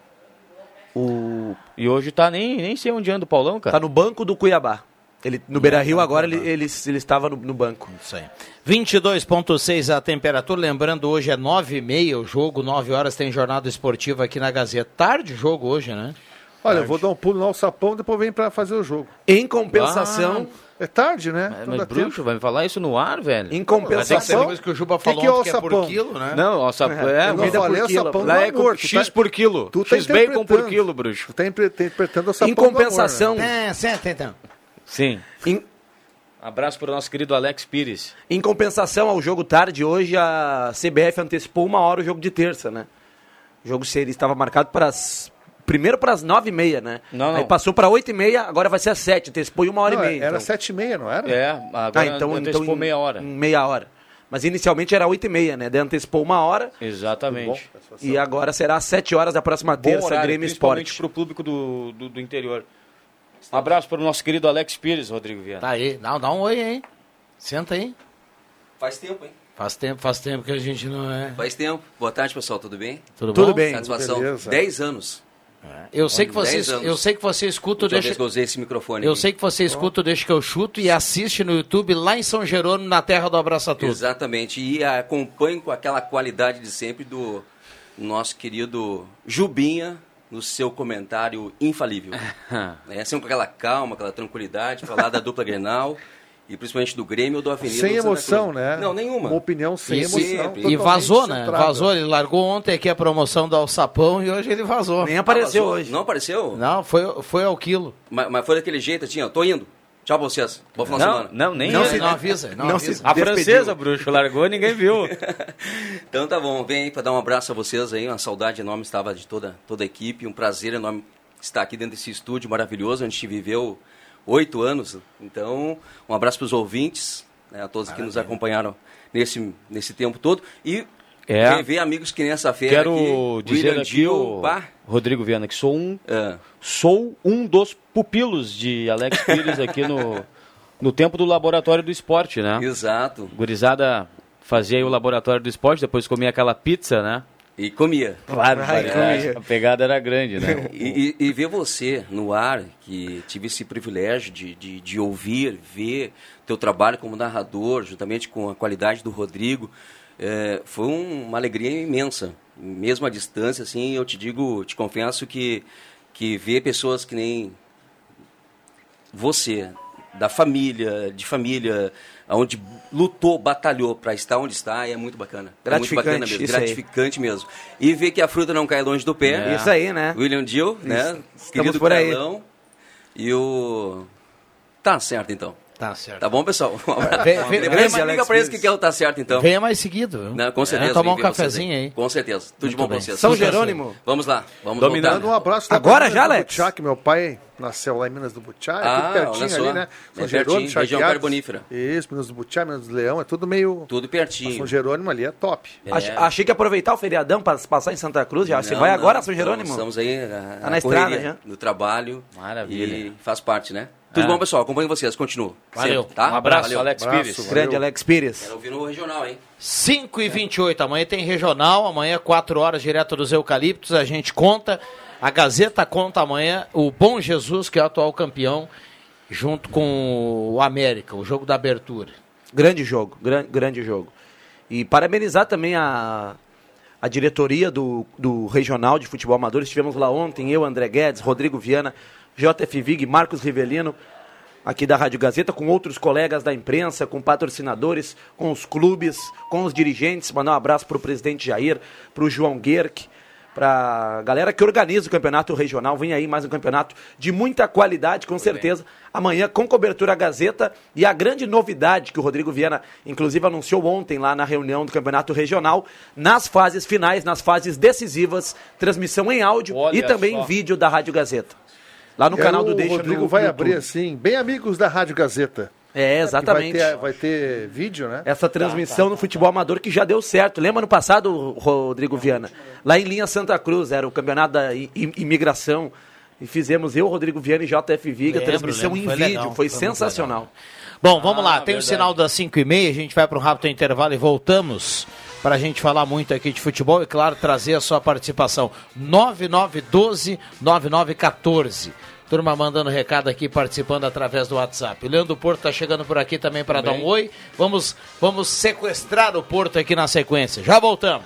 C: O
E: E hoje tá nem, nem sei onde anda o Paulão, cara.
C: Tá no banco do Cuiabá. Ele, no Beira Rio agora ele, ele, ele estava no, no banco.
A: Isso aí. 22,6 a temperatura. Lembrando, hoje é 9h30 o jogo, 9 horas tem jornada esportiva aqui na Gazeta. Tarde o jogo hoje, né?
D: Olha, eu vou dar um pulo no alçapão, depois vem pra fazer o jogo.
C: Em compensação,
A: Ah.
D: É tarde, né?
E: É,
D: Não
E: mas
D: dá
E: bruxo, vai me falar isso no ar, velho?
A: Mas é
C: em
A: que
C: compensação,
A: essa coisa que o Juba
D: Que que
A: falou
D: é o
A: ontem que é por
D: sapão?
A: quilo, né?
E: Não, ó, sapo, é,
D: Eu não
E: comida
D: falei
E: por
D: o
E: quilo.
D: sapão
E: Lá
D: do
E: é
D: amor,
E: com
D: tu
E: X
D: tá-
E: por quilo.
D: Tu tá
E: X bacon por
D: interpretando.
E: quilo, bruxo.
D: Tu tá inter- interpretando o sapão
C: em
D: do amor, né?
C: compensação,
A: É, certo, então.
E: Sim.
C: em,
E: Abraço para o nosso querido Alex Pires.
C: Em compensação ao jogo tarde, hoje a CBF antecipou uma hora o jogo de terça, né? O jogo seria, estava marcado para as. Primeiro para as nove e meia, né?
E: Não, não.
C: Aí passou para oito e meia, agora vai ser às sete, antecipou em uma hora
D: Não,
C: e
D: é,
C: meia.
D: era
C: então.
D: sete e meia, não era?
E: É,
C: Ah,
E: agora
C: então,
E: antecipou
C: então em-
E: meia hora.
C: em Meia hora. Mas inicialmente era 8h30, né? Daí antecipou uma hora.
E: Exatamente.
C: E agora será às 7 horas da próxima
E: Bom
C: terça,
E: horário,
C: Grêmio
E: principalmente
C: Esporte.
E: para o público do, do, do interior. Um abraço para o nosso querido Alex Pires, Rodrigo Viana.
A: Tá aí. Não, dá um oi aí. Senta aí.
H: Faz tempo, hein?
A: Faz tempo, faz tempo que a gente não é.
H: Faz tempo. Boa tarde, pessoal. Tudo bem?
A: Tudo,
C: Tudo
A: bom?
C: bem.
H: Satisfação.
D: beleza.
H: 10 anos.
A: Eu sei que você,
H: 10 anos.
A: eu sei que você escuta, o
H: Última
A: deixa,
H: vez que eu usei esse microfone.
A: eu
H: aqui.
A: sei que você escuta, o deixa que eu chuto e assiste no YouTube lá em São Jerônimo, na terra do Abraça Tudo.
H: Exatamente. E acompanho com aquela qualidade de sempre do nosso querido Jubinha no seu comentário infalível. é, sempre com aquela calma, aquela tranquilidade, falar da dupla Grenal e principalmente do Grêmio ou do Avenida.
D: Sem
H: do Santa
D: emoção,
H: Cruz.
D: né?
H: Não, nenhuma.
D: Uma opinião sem
H: E
D: emoção.
H: sempre.
A: E
D: totalmente
A: vazou, né?
D: centrada.
A: Vazou, ele largou ontem aqui a promoção do alçapão e hoje ele vazou.
C: Nem apareceu
H: Ah, mas
C: hoje.
H: Não apareceu?
A: Não, foi, foi ao quilo.
H: Mas, mas foi daquele jeito, assim, ó, tô indo. Tchau pra vocês. Bom final de
E: Não,
H: semana.
E: não, nem
A: Não,
E: ele. né?
A: se- não avisa, não,
C: não se-
A: avisa.
E: A
C: despediu.
E: francesa, bruxo, largou e ninguém viu.
H: Então tá bom, vem aí para dar um abraço a vocês aí, uma saudade enorme estava de toda, toda a equipe, um prazer enorme estar aqui dentro desse estúdio maravilhoso, onde a gente viveu oito anos. Então, um abraço para os ouvintes, né, a todos que nos acompanharam nesse, nesse tempo todo. E
E: É.
H: rever amigos que nessa feira
E: Quero
H: aqui,
E: dizer
H: William
E: aqui,
H: Gil,
E: o
H: pá,
E: Rodrigo Viana, que sou um,
H: ah,
E: sou um dos pupilos de Alex Pires aqui no, no tempo do Laboratório do Esporte, né?
H: Exato,
E: Gurizada fazia aí o Laboratório do Esporte, depois comia aquela pizza, né?
H: e comia.
E: Claro, a pegada era grande,
C: É,
E: né?
H: E, e- e ver você no ar, que tive esse privilégio de, de, de ouvir, ver teu trabalho como narrador, juntamente com a qualidade do Rodrigo, eh, foi um- uma alegria imensa. Mesmo à distância, assim, eu te digo, te confesso que, que ver pessoas que nem você, da família, de família, onde lutou, batalhou para estar onde está, é muito bacana. É muito
C: Gratificante,
H: bacana mesmo,
C: isso aí.
H: gratificante mesmo. E ver que a fruta não cai longe do pé.
C: Isso aí, né?
H: William Dill, né?
C: Estamos
H: Querido
C: por aí.
H: Carlão. E o. Tá certo então.
A: Tá certo.
H: Tá bom, pessoal? Um abraço.
A: Vem- vem-
H: Depois
C: É, vem,
H: liga
C: Alex
H: pra eles que
C: Pires.
H: quer o tá certo então.
A: Venha mais seguido. viu?
H: Né? Com
A: É,
H: certeza.
A: tomar um
H: vem ver vocês
A: cafezinho aí.
H: Com certeza. Tudo
A: Muito
H: de bom pra
A: bem.
H: vocês.
C: São Jerônimo.
H: Vamos lá. Vamos
D: Manda
H: Dominando
D: um abraço da
C: Agora
D: Minas
C: já,
D: do
C: Alex?
D: Butiá, que meu pai nasceu lá em Minas do Butiá, é
H: Ah,
D: tudo
H: olha
D: pertinho
H: só.
D: ali, né?
H: É pertinho, região
D: Charqueadas.
H: carbonífera.
D: Isso, Minas do Butiá, Minas do Leão, é tudo meio...
H: Tudo
D: Mas
H: pertinho.
D: São Jerônimo ali é top.
H: É.
C: Ach- Achei que ia aproveitar o feriadão para passar em Santa Cruz já. Você
H: Não,
C: vai
H: não,
C: agora, São
H: não,
C: Jerônimo?
H: Estamos aí
C: Tá
H: na,
C: na
H: na correria
C: estrada já.
H: do trabalho.
E: Maravilha.
H: E faz parte, né? Tudo bom, pessoal? Acompanho vocês. Continuo.
A: Valeu.
H: Sempre, tá?
E: Um abraço,
H: Valeu.
E: Alex
D: Abraço.
E: Pires.
C: Grande
D: Valeu.
C: Alex Pires.
H: Quero ouvir no regional, hein?
A: 5 e 28 amanhã tem regional, amanhã 4 horas direto dos eucaliptos, a gente conta, a Gazeta conta amanhã o Bom Jesus, que é o atual campeão, junto com o América, o jogo da abertura.
C: Grande jogo, gran- grande jogo. E parabenizar também a, a diretoria do, do Regional de Futebol Amador. Estivemos lá ontem, eu, André Guedes, Rodrigo Viana, JF Vig, Marcos Rivelino, aqui da Rádio Gazeta, com outros colegas da imprensa, com patrocinadores, com os clubes, com os dirigentes. Mandar um abraço para o presidente Jair, para o João Guerck, para galera que organiza o campeonato regional. Vem aí mais um campeonato de muita qualidade,
E: é.
C: com certeza. Amanhã com cobertura à Gazeta e a grande novidade que o Rodrigo Viana, inclusive, anunciou ontem lá na reunião do campeonato regional, nas fases finais, nas fases decisivas, transmissão em áudio
E: Olha
C: e também
E: só.
C: em vídeo da Rádio Gazeta. Lá no
D: E aí
C: canal do Deixa
D: É O Rodrigo
C: no
D: vai
C: YouTube.
D: abrir assim, bem amigos da Rádio Gazeta.
C: É,
D: Que vai
C: exatamente.
D: ter, vai ter vídeo, né?
C: essa transmissão no futebol amador que já deu certo. Lembra no passado, Rodrigo Viana? Lá em Linha Santa Cruz, era o campeonato da i- i- imigração. E fizemos eu, Rodrigo Viana e JF Viga,
A: Lembro,
C: transmissão
A: lembro,
C: em
A: foi
C: vídeo.
A: legal, foi
C: foi
A: muito
C: sensacional.
A: Bom, vamos lá, tem o sinal das 5 e meia, a gente vai para um rápido intervalo e voltamos para a gente falar muito aqui de futebol e, claro, trazer a sua participação. 9912-9914. Turma mandando recado aqui, participando através do WhatsApp. O Leandro Porto está chegando por aqui também para dar um oi. Vamos, vamos sequestrar o Porto aqui na sequência. Já voltamos.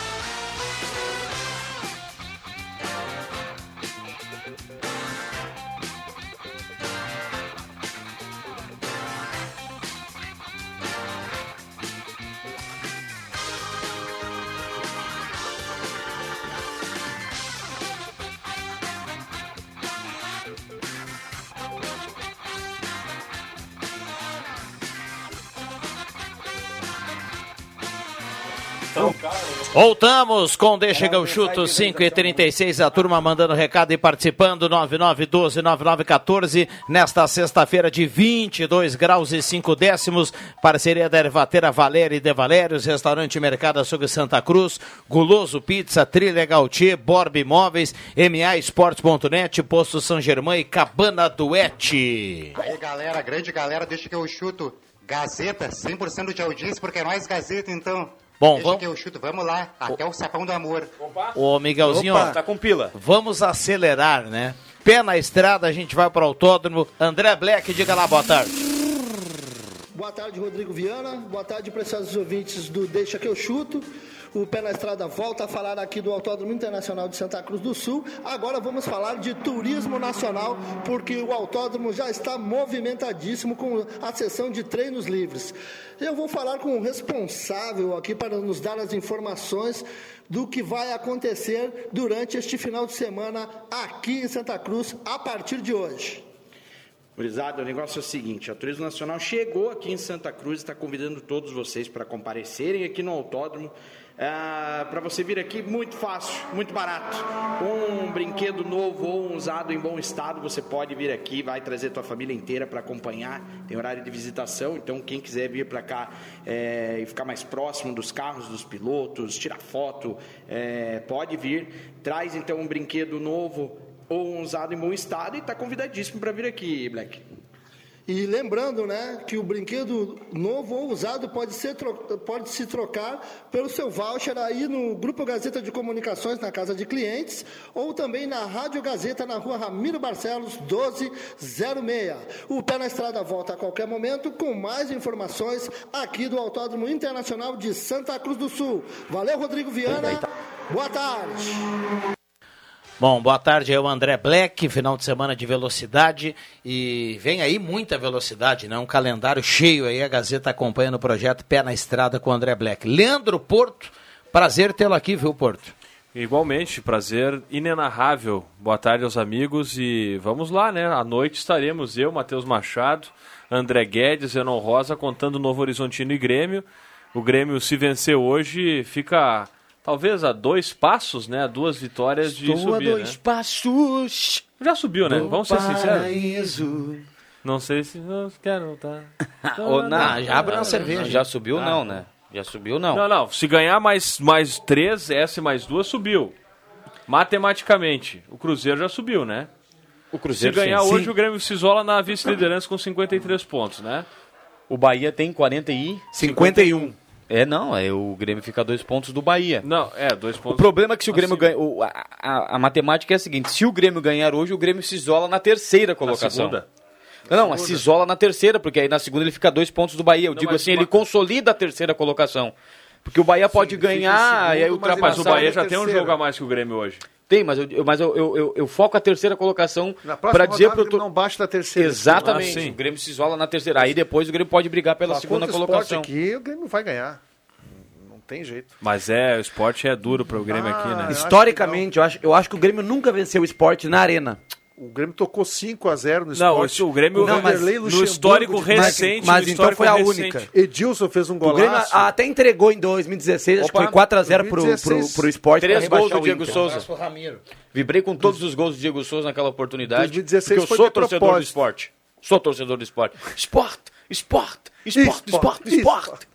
A: Voltamos com Deixa Chega o Chuto, 5 e 36 a turma mandando recado e participando, 9912-9914, nesta sexta-feira de 22 graus e 5 décimos, parceria da Ervatera Valéria e De Valérios, Restaurante Mercado Açougue Santa Cruz, Guloso Pizza, Trilha Gautier, Borb Imóveis, MA Esportes.net, Posto São Germão e Cabana Duete.
I: Aí, galera, grande galera, deixa que eu chuto. Gazeta, 100% de audiência, porque é nós Gazeta, então.
A: Bom,
I: deixa
A: vamos-
I: que eu chuto, vamos lá, até o sapão do amor.
A: Ô, Miguelzinho, ó,
E: Tá com pila.
A: vamos acelerar, né? Pé na estrada, a gente vai para o autódromo. André Black, diga lá, boa tarde.
J: Boa tarde, Rodrigo Viana. Boa tarde, preciosos ouvintes do Deixa que eu chuto. O Pé na Estrada volta a falar aqui do Autódromo Internacional de Santa Cruz do Sul. Agora vamos falar de turismo nacional, porque o autódromo já está movimentadíssimo com a sessão de treinos livres. Eu vou falar com o responsável aqui para nos dar as informações do que vai acontecer durante este final de semana aqui em Santa Cruz a partir de hoje.
K: Gurizada, o negócio é o seguinte: a Turismo Nacional chegou aqui em Santa Cruz e está convidando todos vocês para comparecerem aqui no autódromo. para você vir aqui, muito fácil, muito barato. Com um brinquedo novo ou um usado em bom estado, você pode vir aqui, vai trazer tua família inteira para acompanhar. Tem horário de visitação, então quem quiser vir para cá eh, e ficar mais próximo dos carros, dos pilotos, tirar foto, eh, pode vir. Traz então um brinquedo novo ou um usado em bom estado e está convidadíssimo para vir aqui, Black.
J: E lembrando, né, que o brinquedo novo ou usado pode, ser tro- pode se trocar pelo seu voucher aí no Grupo Gazeta de Comunicações, na Casa de Clientes, ou também na Rádio Gazeta, na rua Ramiro Barcelos, 1206. O Pé na Estrada volta a qualquer momento com mais informações aqui do Autódromo Internacional de Santa Cruz do Sul. Valeu, Rodrigo Viana. Boa tarde.
A: Bom, boa tarde, é o André Black, final de semana de velocidade e vem aí muita velocidade, né? Um calendário cheio aí, a Gazeta acompanha no projeto Pé na Estrada com o André Black. Leandro Porto, prazer tê-lo aqui, viu, Porto?
L: Igualmente, prazer inenarrável. Boa tarde aos amigos e vamos lá, né? À noite estaremos eu, Matheus Machado, André Guedes, Zenon Rosa contando Novo Horizontino e Grêmio. O Grêmio, se vencer hoje, fica talvez a dois passos, né? A duas vitórias de
E: Estou a
L: subir,
E: dois
L: né? passos. Já subiu, né?
E: do
L: Vamos ser
E: paraíso.
L: sinceros. Não sei se eu quero, tá?
E: Ô, na-
L: Ah,
E: já abre uma cerveja. Já subiu,
L: Ah,
E: não, né? Já subiu, não.
L: Não, não. Se ganhar mais, mais três, S mais duas, subiu. Matematicamente, o Cruzeiro já subiu, né?
E: O Cruzeiro,
L: se ganhar
E: sim.
L: hoje,
E: Sim.
L: o Grêmio se isola na vice-liderança com 53 pontos, né?
E: O Bahia tem 40 e...
L: 51.
E: É, não, é, o Grêmio fica a dois pontos do Bahia.
L: Não, é, dois pontos.
E: O problema é que se o Grêmio ganha. o- a, a- a matemática é a seguinte: se o Grêmio ganhar hoje, o Grêmio se isola na terceira colocação.
L: segunda?
E: Não, mas se isola na terceira, porque aí na segunda ele fica a dois pontos do Bahia. Eu digo assim, ele consolida a terceira colocação. Porque o Bahia pode ganhar ah, e aí ultrapassa
L: Mas o Bahia já tem um jogo a mais que o Grêmio hoje.
E: Tem, mas eu, eu- mas eu, eu, eu- eu foco a terceira colocação
D: próxima
E: para dizer
D: rodada
E: pro
D: o Grêmio não baixa da terceira.
E: Exatamente.
D: Ah, sim.
E: o Grêmio se isola na terceira. Aí depois o Grêmio pode brigar pela
D: Tá,
E: segunda
D: contra o
E: colocação.
D: Sport aqui, o Grêmio vai ganhar. Não tem jeito.
L: Mas é, o esporte é duro para o Grêmio aqui,
E: Ah,
L: né?
C: Historicamente, eu acho, eu acho que o Grêmio nunca venceu o esporte na arena.
D: O Grêmio tocou 5x0 no
C: Não,
D: esporte.
C: isso, o Grêmio-
D: Com
C: Não, mas
D: Vanderlei
C: no
D: Luxemburgo
C: histórico
D: de técnico.
C: recente, Mas no então histórico foi a recente. única.
D: Edilson fez um
C: O Grêmio
D: golaço.
C: a- até entregou em 2016, acho que foi 4x0 pro, pro, pro esporte.
E: Três
C: pra
E: gols do
C: rebaixar o
E: Diego
C: Inter.
E: Souza. Vibrei com todos os gols do Diego Souza naquela oportunidade.
C: 2016
E: porque eu
C: foi
E: sou
C: de
E: torcedor do
C: propósito.
E: esporte. Sou torcedor do esporte. Esporte, esporte, esporte, esporte, esporte.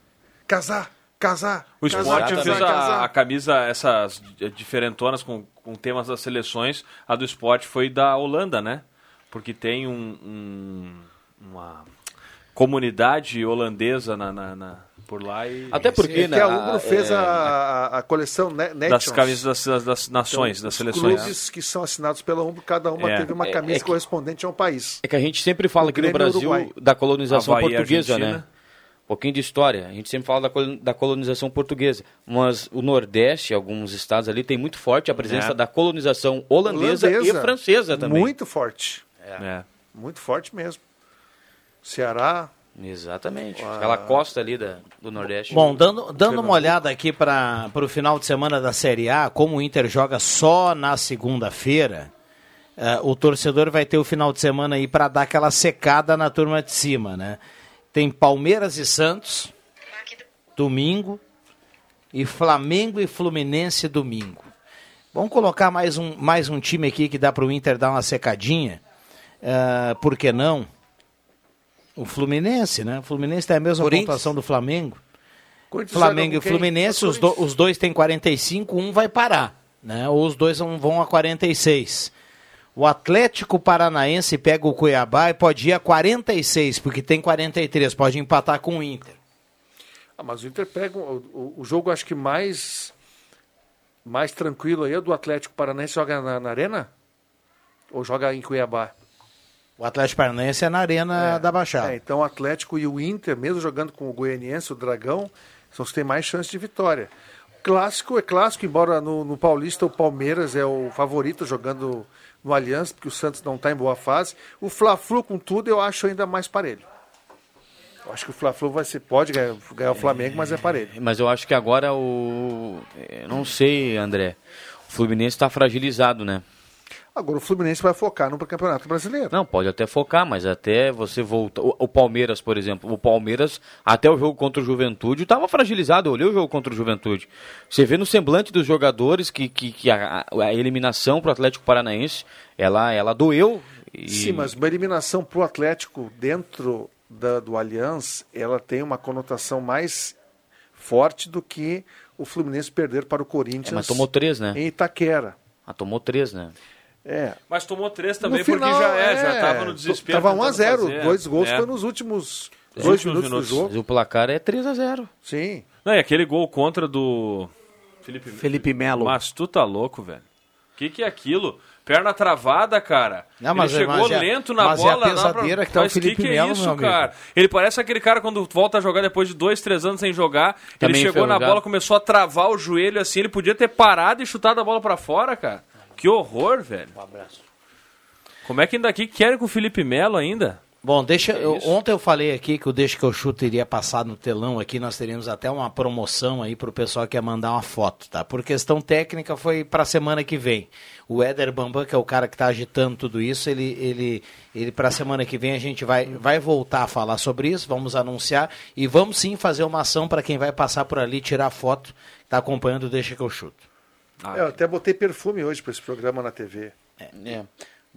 D: Casar, casar.
L: O
D: casar,
L: esporte
D: casar,
L: fez
D: casar.
L: a, a camisa, essas diferentonas com, com temas das seleções. A do esporte foi da Holanda, né? Porque tem um- um- uma comunidade holandesa na, na- na- por lá e. é
D: Até porque, né? a Umbro fez a, a- a coleção ne
L: Das
D: Nations.
L: camisas das, das- das nações,
D: Então,
L: das
D: os
L: seleções.
D: clubes que são assinados pela Umbro, cada uma
L: É.
D: teve uma
L: É-
D: camisa
L: é que-
D: correspondente a um país.
E: É que a gente sempre fala
D: O
E: aqui no
D: Grêmio e o
E: Brasil
D: Uruguai.
E: da colonização
D: Havaí e
E: portuguesa,
D: Argentina.
E: né? Um pouquinho de história. A gente sempre fala da colo- da colonização portuguesa. Mas o Nordeste, alguns estados ali, tem muito forte a presença
D: Né?
E: da colonização holandesa, e francesa também. É.
D: Muito forte. É. Muito forte mesmo. Ceará.
E: Exatamente.
D: Ah.
E: Aquela costa ali da, do Nordeste.
A: Bom, dando, dando uma olhada aqui para o final de semana da Série A, como o Inter joga só na segunda-feira, eh, o torcedor vai ter o final de semana aí para dar aquela secada na turma de cima, né? Tem Palmeiras e Santos, domingo, e Flamengo e Fluminense domingo. Vamos colocar mais um, mais um time aqui que dá para o Inter dar uma secadinha. Uh, por que não? O Fluminense, né? O Fluminense tem a mesma pontuação do Flamengo. Flamengo e Fluminense, os, do, os, dois têm 45, um vai parar, né? Ou os dois vão a 46. O Atlético Paranaense pega o Cuiabá e pode ir a 46, porque tem 43, pode empatar com o Inter.
D: Ah, mas o Inter pega o, o, jogo, acho que mais mais tranquilo aí é do Atlético Paranaense joga na, na Arena ou joga em Cuiabá.
A: O Atlético Paranaense é na Arena é, da Baixada. É,
D: então o Atlético e o Inter, mesmo jogando com o Goianiense, o Dragão, são os que têm mais chance de vitória. O clássico é clássico, embora no, no, Paulista o Palmeiras é o favorito jogando no Aliança, porque o Santos não está em boa fase. O Fla-Flu, com tudo, eu acho ainda mais parelho. Eu acho que o Fla-Flu vai ser, pode ganhar, ganhar o Flamengo, é, mas é parelho.
E: Mas eu acho que agora o... Eu não sei, André. O Fluminense está fragilizado, né?
D: Agora o Fluminense vai focar no Campeonato Brasileiro.
E: Não, pode até focar, mas até você voltar. O, o, Palmeiras, por exemplo. O Palmeiras, até o jogo contra o Juventude, estava fragilizado. Eu olhei o jogo contra o Juventude. Você vê no semblante dos jogadores que, que, que a, a, eliminação para o Atlético Paranaense, ela, ela doeu.
D: E... Sim, mas uma eliminação para o Atlético dentro da, do Allianz, ela tem uma conotação mais forte do que o Fluminense perder para o Corinthians. É,
E: mas tomou três, né?
D: Em Itaquera.
E: Ah, tomou três, né?
D: É.
L: Mas tomou três também, final, porque já é, é, já tava um no desespero. né?
D: Tava 1x0, dois gols é. foi nos últimos dois minutos, minutos, do jogo. Mas
E: o placar é 3x0.
D: Sim.
L: Não, e aquele gol contra do Felipe,
A: Felipe Melo.
L: Mas tu tá louco, velho. O que, que é aquilo? Perna travada, cara. Não, mas, ele chegou mas lento na
A: mas
L: bola.
A: É a pesadeira pra... que tá
L: mas
A: o Felipe
L: que, que
A: Melo,
L: é isso, cara? Ele parece aquele cara quando volta a jogar depois de dois, três anos sem jogar.
A: Tá
L: Também ele chegou na bola, começou a travar o joelho assim. Ele podia ter parado e chutado a bola para fora, cara. Que horror, velho.
E: Um abraço.
L: Como é que ainda aqui querem com o Felipe Melo ainda?
A: Bom, deixa. É eu, ontem eu falei aqui que o Deixa que eu chuto iria passar no telão aqui. Nós teríamos até uma promoção aí pro pessoal que ia mandar uma foto, tá? Por questão técnica foi pra semana que vem. O Éder Bambam, que é o cara que tá agitando tudo isso, ele, ele, ele pra semana que vem a gente vai, vai voltar a falar sobre isso, vamos anunciar e vamos sim fazer uma ação para quem vai passar por ali tirar foto, tá acompanhando o Deixa que eu chuto.
D: Ah, eu até botei perfume hoje para esse programa na TV.
E: É, é.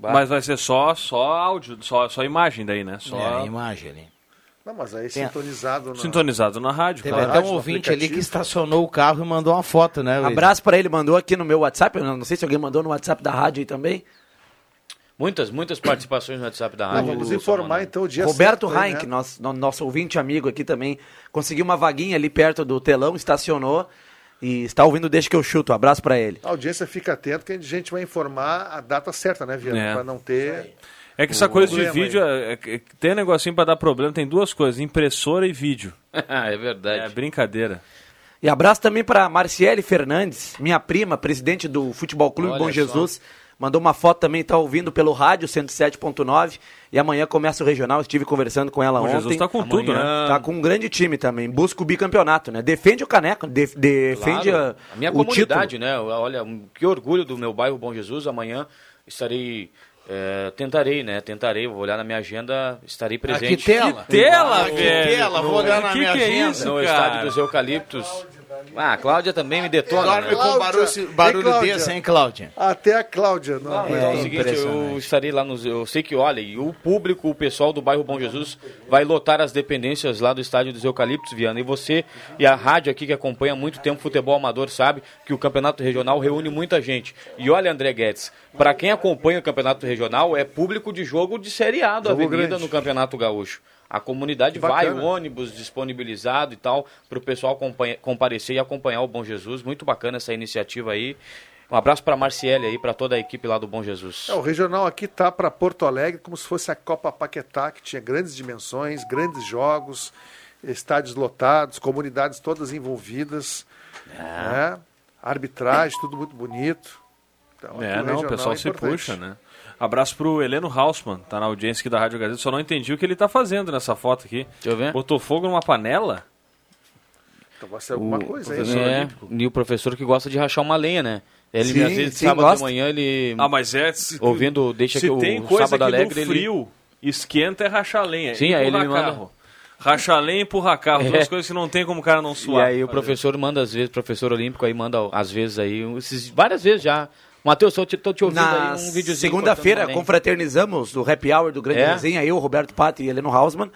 L: Mas vai ser só, só áudio, só, só imagem daí, né? Só
A: é, imagem ali.
D: Não, mas aí Tem sintonizado a... na...
L: Sintonizado na rádio,
A: Teve
L: claro.
A: até um ouvinte ali que estacionou o carro e mandou uma foto, né? Luiz?
C: Abraço para ele, mandou aqui no meu WhatsApp, eu não sei se alguém mandou no WhatsApp da rádio aí também.
E: Muitas, muitas participações no WhatsApp da rádio. Não,
D: Ah, vamos informar então o dia
C: Roberto
D: certo,
C: Heinck, né? nosso, nosso ouvinte amigo aqui também, conseguiu uma vaguinha ali perto do telão, estacionou e está ouvindo desde que eu chuto. Um abraço para ele.
D: A audiência fica atenta que a gente vai informar a data certa, né, Viana? É. Para não ter.
L: É que essa coisa de vídeo, é, é, tem negocinho para dar problema, tem duas coisas: impressora e vídeo.
E: é verdade.
L: É brincadeira.
C: E abraço também para Marciele Fernandes, minha prima, presidente do Futebol Clube Olha Bom Jesus. Só. Mandou uma foto também, está ouvindo pelo rádio 107.9. E amanhã começa o regional. Estive conversando com ela
L: o
C: ontem.
L: Jesus tá com
C: amanhã...
L: tudo, né?
C: Tá com um grande time também. Busca o bicampeonato, né? Defende o caneco, de... defende claro.
E: a, a minha
C: o
E: comunidade,
C: título.
E: né? Olha, que orgulho do meu bairro Bom Jesus. Amanhã estarei é, tentarei, né? Tentarei, vou olhar na minha agenda, estarei presente.
A: Ah, que tela!
L: Que tela, ah, velho!
A: Que tela, vou olhar na
L: que
A: minha
L: que
A: agenda.
L: É isso,
E: no
L: cara?
E: estádio dos Eucaliptos. Ah, a Cláudia também me detona.
A: Dorme né? com barulho, barulho
D: Ei,
A: desse, hein, Cláudia?
D: Até a Cláudia. Não,
E: é, é, é o seguinte, eu estarei lá nos... Eu sei que, olha, e o público, o pessoal do bairro Bom Jesus vai lotar as dependências lá do estádio dos Eucaliptos, Viana. E você e a rádio aqui que acompanha muito tempo futebol amador sabe que o campeonato regional reúne muita gente. E olha, André Guedes, para quem acompanha o campeonato regional, regional é público de jogo de Série A da Avenida grande. no Campeonato Gaúcho. A comunidade vai, o ônibus disponibilizado e tal, para o pessoal comparecer e acompanhar o Bom Jesus. Muito bacana essa iniciativa aí. Um abraço para Marciele aí, para toda a equipe lá do Bom Jesus.
D: É, o regional aqui tá para Porto Alegre como se fosse a Copa Paquetá, que tinha grandes dimensões, grandes jogos, estádios lotados, comunidades todas envolvidas,
L: É.
D: ah. né? arbitragem, tudo muito bonito.
L: Então, é, não, o pessoal é se puxa, né? Abraço pro Heleno Hausmann, tá na audiência aqui da Rádio Gazeta. Só não entendi o que ele tá fazendo nessa foto aqui.
E: Deixa eu ver.
L: Botou fogo numa panela?
D: Então vai ser alguma coisa aí,
E: é, E o professor que gosta de rachar uma lenha, né? Ele, sim, às vezes, sim, sábado gosta. de manhã, ele.
L: Ah, mas é. Se,
E: ouvindo, deixa
L: se
E: que
L: tem
E: o
L: coisa
E: sábado
L: que
E: alegre.
L: No frio, ele... esquenta é rachar lenha.
E: Sim, aí ele me manda. um-
L: Carro. Rachalém e empurra carro, duas coisas que não tem como o cara não suar.
E: E aí o professor manda às vezes, professor olímpico aí manda às vezes aí, um, esses- várias vezes já. Matheus, eu te, tô te ouvindo
C: Na
E: aí um videozinho.
C: segunda-feira,
E: cortando uma lenha.
C: confraternizamos do Happy Hour do Grande
E: É?
C: Resenha, eu, Roberto Pátria e Heleno Hausmann.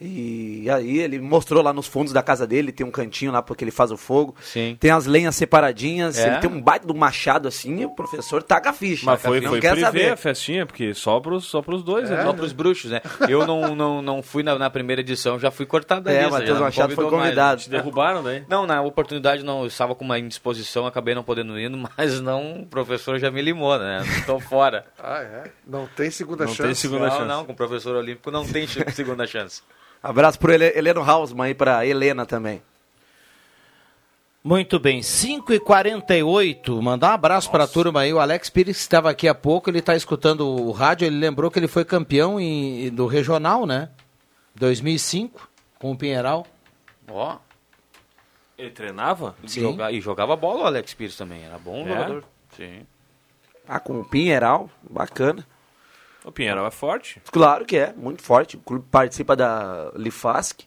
C: E aí ele mostrou lá nos fundos da casa dele, tem um cantinho lá porque ele faz o fogo.
E: Sim.
C: Tem as lenhas separadinhas,
E: É?
C: ele tem um baita do machado assim, e o professor taca a ficha.
L: Mas foi,
C: não
L: foi
C: quer
L: privê
C: saber.
L: a festinha, porque só pros, só pros dois. né?
E: É, Só pros bruxos, né? Eu não, não, não fui na, na primeira edição, já fui cortado da
C: É,
E: lista,
C: Matheus
E: já não
C: Machado foi
E: convidou mais. né?
C: convidado.
L: Te derrubaram daí?
E: Não, na oportunidade não, eu estava com uma indisposição, acabei não podendo ir, mas não, o professor já me limou, né? Estou fora.
D: Ah, é? Não tem segunda
L: Não tem
D: chance.
L: segunda
E: não,
L: chance.
E: não, com o professor olímpico não tem ch- segunda chance.
C: Abraço pro Hele- Heleno Hausmann aí pra Helena também.
A: Muito bem, 5h48. Mandar um abraço para a turma aí. O Alex Pires que estava aqui há pouco, ele está escutando o rádio. Ele lembrou que ele foi campeão em- do regional, né? 2005, com o Pinheiral.
E: Ó,
L: Ele treinava?
A: Sim.
E: joga- e jogava bola o Alex Pires também, era bom
L: É?
E: jogador. Sim.
C: Ah, com o Pinheiral, bacana.
L: O Pinheiro é forte.
C: Claro que é, muito forte. O clube participa da Lifask,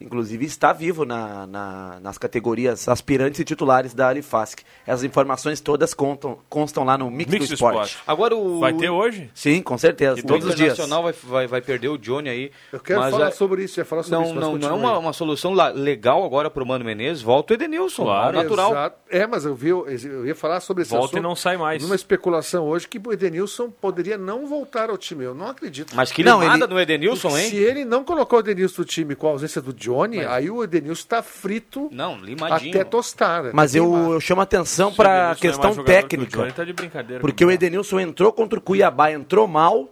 C: inclusive está vivo na- na- nas categorias aspirantes e titulares da Lifask. Essas informações todas contam, constam lá no Mix,
L: Mix
C: do
L: do
C: Esporte.
L: Esporte.
E: Agora o...
L: Vai ter hoje?
C: Sim, com certeza,
E: o
C: né? todos os dias.
E: Internacional vai, vai, vai perder o Johnny aí.
D: Eu quero
E: mas
D: falar
E: a-
D: sobre isso, ia falar sobre
E: Não,
D: isso. mas
E: não, não é
D: continua
E: uma,
D: aí.
E: uma solução la- legal agora pro Mano Menezes, volta o Edenilson,
L: Claro.
E: ao natural.
D: Exato. É, mas eu vi, eu ia falar sobre esse
L: Ah, Volta
D: assunto.
L: e não sai mais.
D: Numa especulação hoje que o Edenilson poderia não voltar ao time. Eu não acredito.
E: Mas que
C: Não,
E: não, limada
C: ele-
E: no Edenilson, hein?
D: Se ele não colocou o Edenilson no time com a ausência do Johnny, aí o Edenilson está frito
E: Não, limadinho.
D: até tostar. né?
C: Mas eu,
D: Queimado.
C: eu chamo atenção
L: Se o
C: para a
L: Edenilson é
C: questão
L: mais jogador que O
C: técnica.
L: Johnny tá de brincadeira.
C: Porque o Edenilson entrou contra o Cuiabá, entrou mal.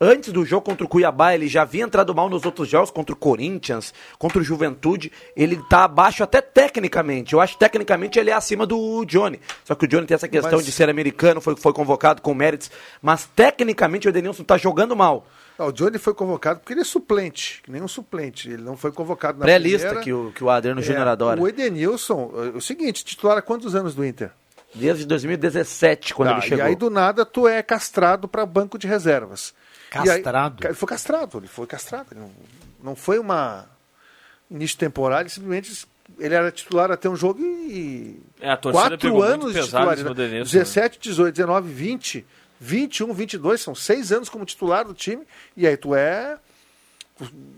C: Antes do jogo contra o Cuiabá, ele já havia entrado mal nos outros jogos, contra o Corinthians, contra o Juventude. Ele tá abaixo até tecnicamente. Eu acho que tecnicamente ele é acima do Johnny. Só que o Johnny tem essa questão
D: Mas-
C: de ser americano, foi, foi convocado com méritos. Mas tecnicamente o Edenilson tá jogando mal.
D: Ah, o Johnny foi convocado porque ele é suplente, que nem um suplente. Ele não foi convocado na
C: Pré-lista
D: primeira.
C: que o, que o Adriano Júnior
D: É,
C: adora.
D: O Edenilson, é, o seguinte, titular há quantos anos do Inter?
C: Desde 2017, quando
D: Tá,
C: ele chegou.
D: E aí, do nada, tu é castrado para banco de reservas. E aí-
A: Castrado?
D: ele foi castrado, ele foi castrado. Ele não, não foi uma início de temporada, ele simplesmente ele era titular até um jogo e.
L: É, a torcida pegou muito
D: anos de
L: pesado em
D: titulares.
L: cima do
D: né?
L: Edenilson,
D: 17, 18, 19, 20, 21, 22, são seis anos como titular do time, e aí tu é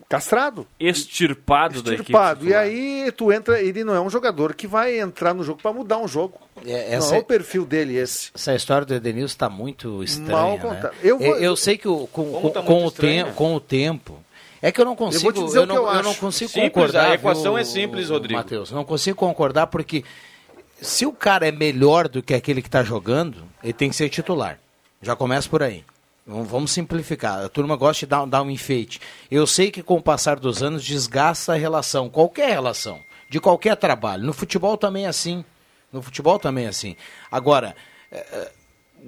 D: castrado
L: Extirpado, da equipe.
D: estirpado. E
L: titular.
D: aí tu entra, ele não é um jogador que vai entrar no jogo para mudar um jogo.
A: É, essa-
D: Não é o perfil dele esse.
A: Essa história do Edenilson está muito estranha.
D: Mal
A: né?
D: contada. Eu vou-
A: eu sei que o- com,
E: Como
A: com,
E: tá muito
A: com o
E: estranho,
A: tempo,
E: né?
A: com o tempo. É que eu não consigo.
D: vou te dizer o que
A: não,
D: eu
A: não
D: acho.
A: consigo
E: Simples,
A: concordar.
E: a equação
A: viu,
E: é simples, Rodrigo.
A: Matheus, não consigo concordar porque se o cara é melhor do que aquele que está jogando, ele tem que ser titular. Já começa por aí. Vamos vamos simplificar. A turma gosta de dar, dar um enfeite. Eu sei que com o passar dos anos desgasta a relação, qualquer relação, de qualquer trabalho. No futebol também é assim. No futebol também é assim. Agora, eh, eh,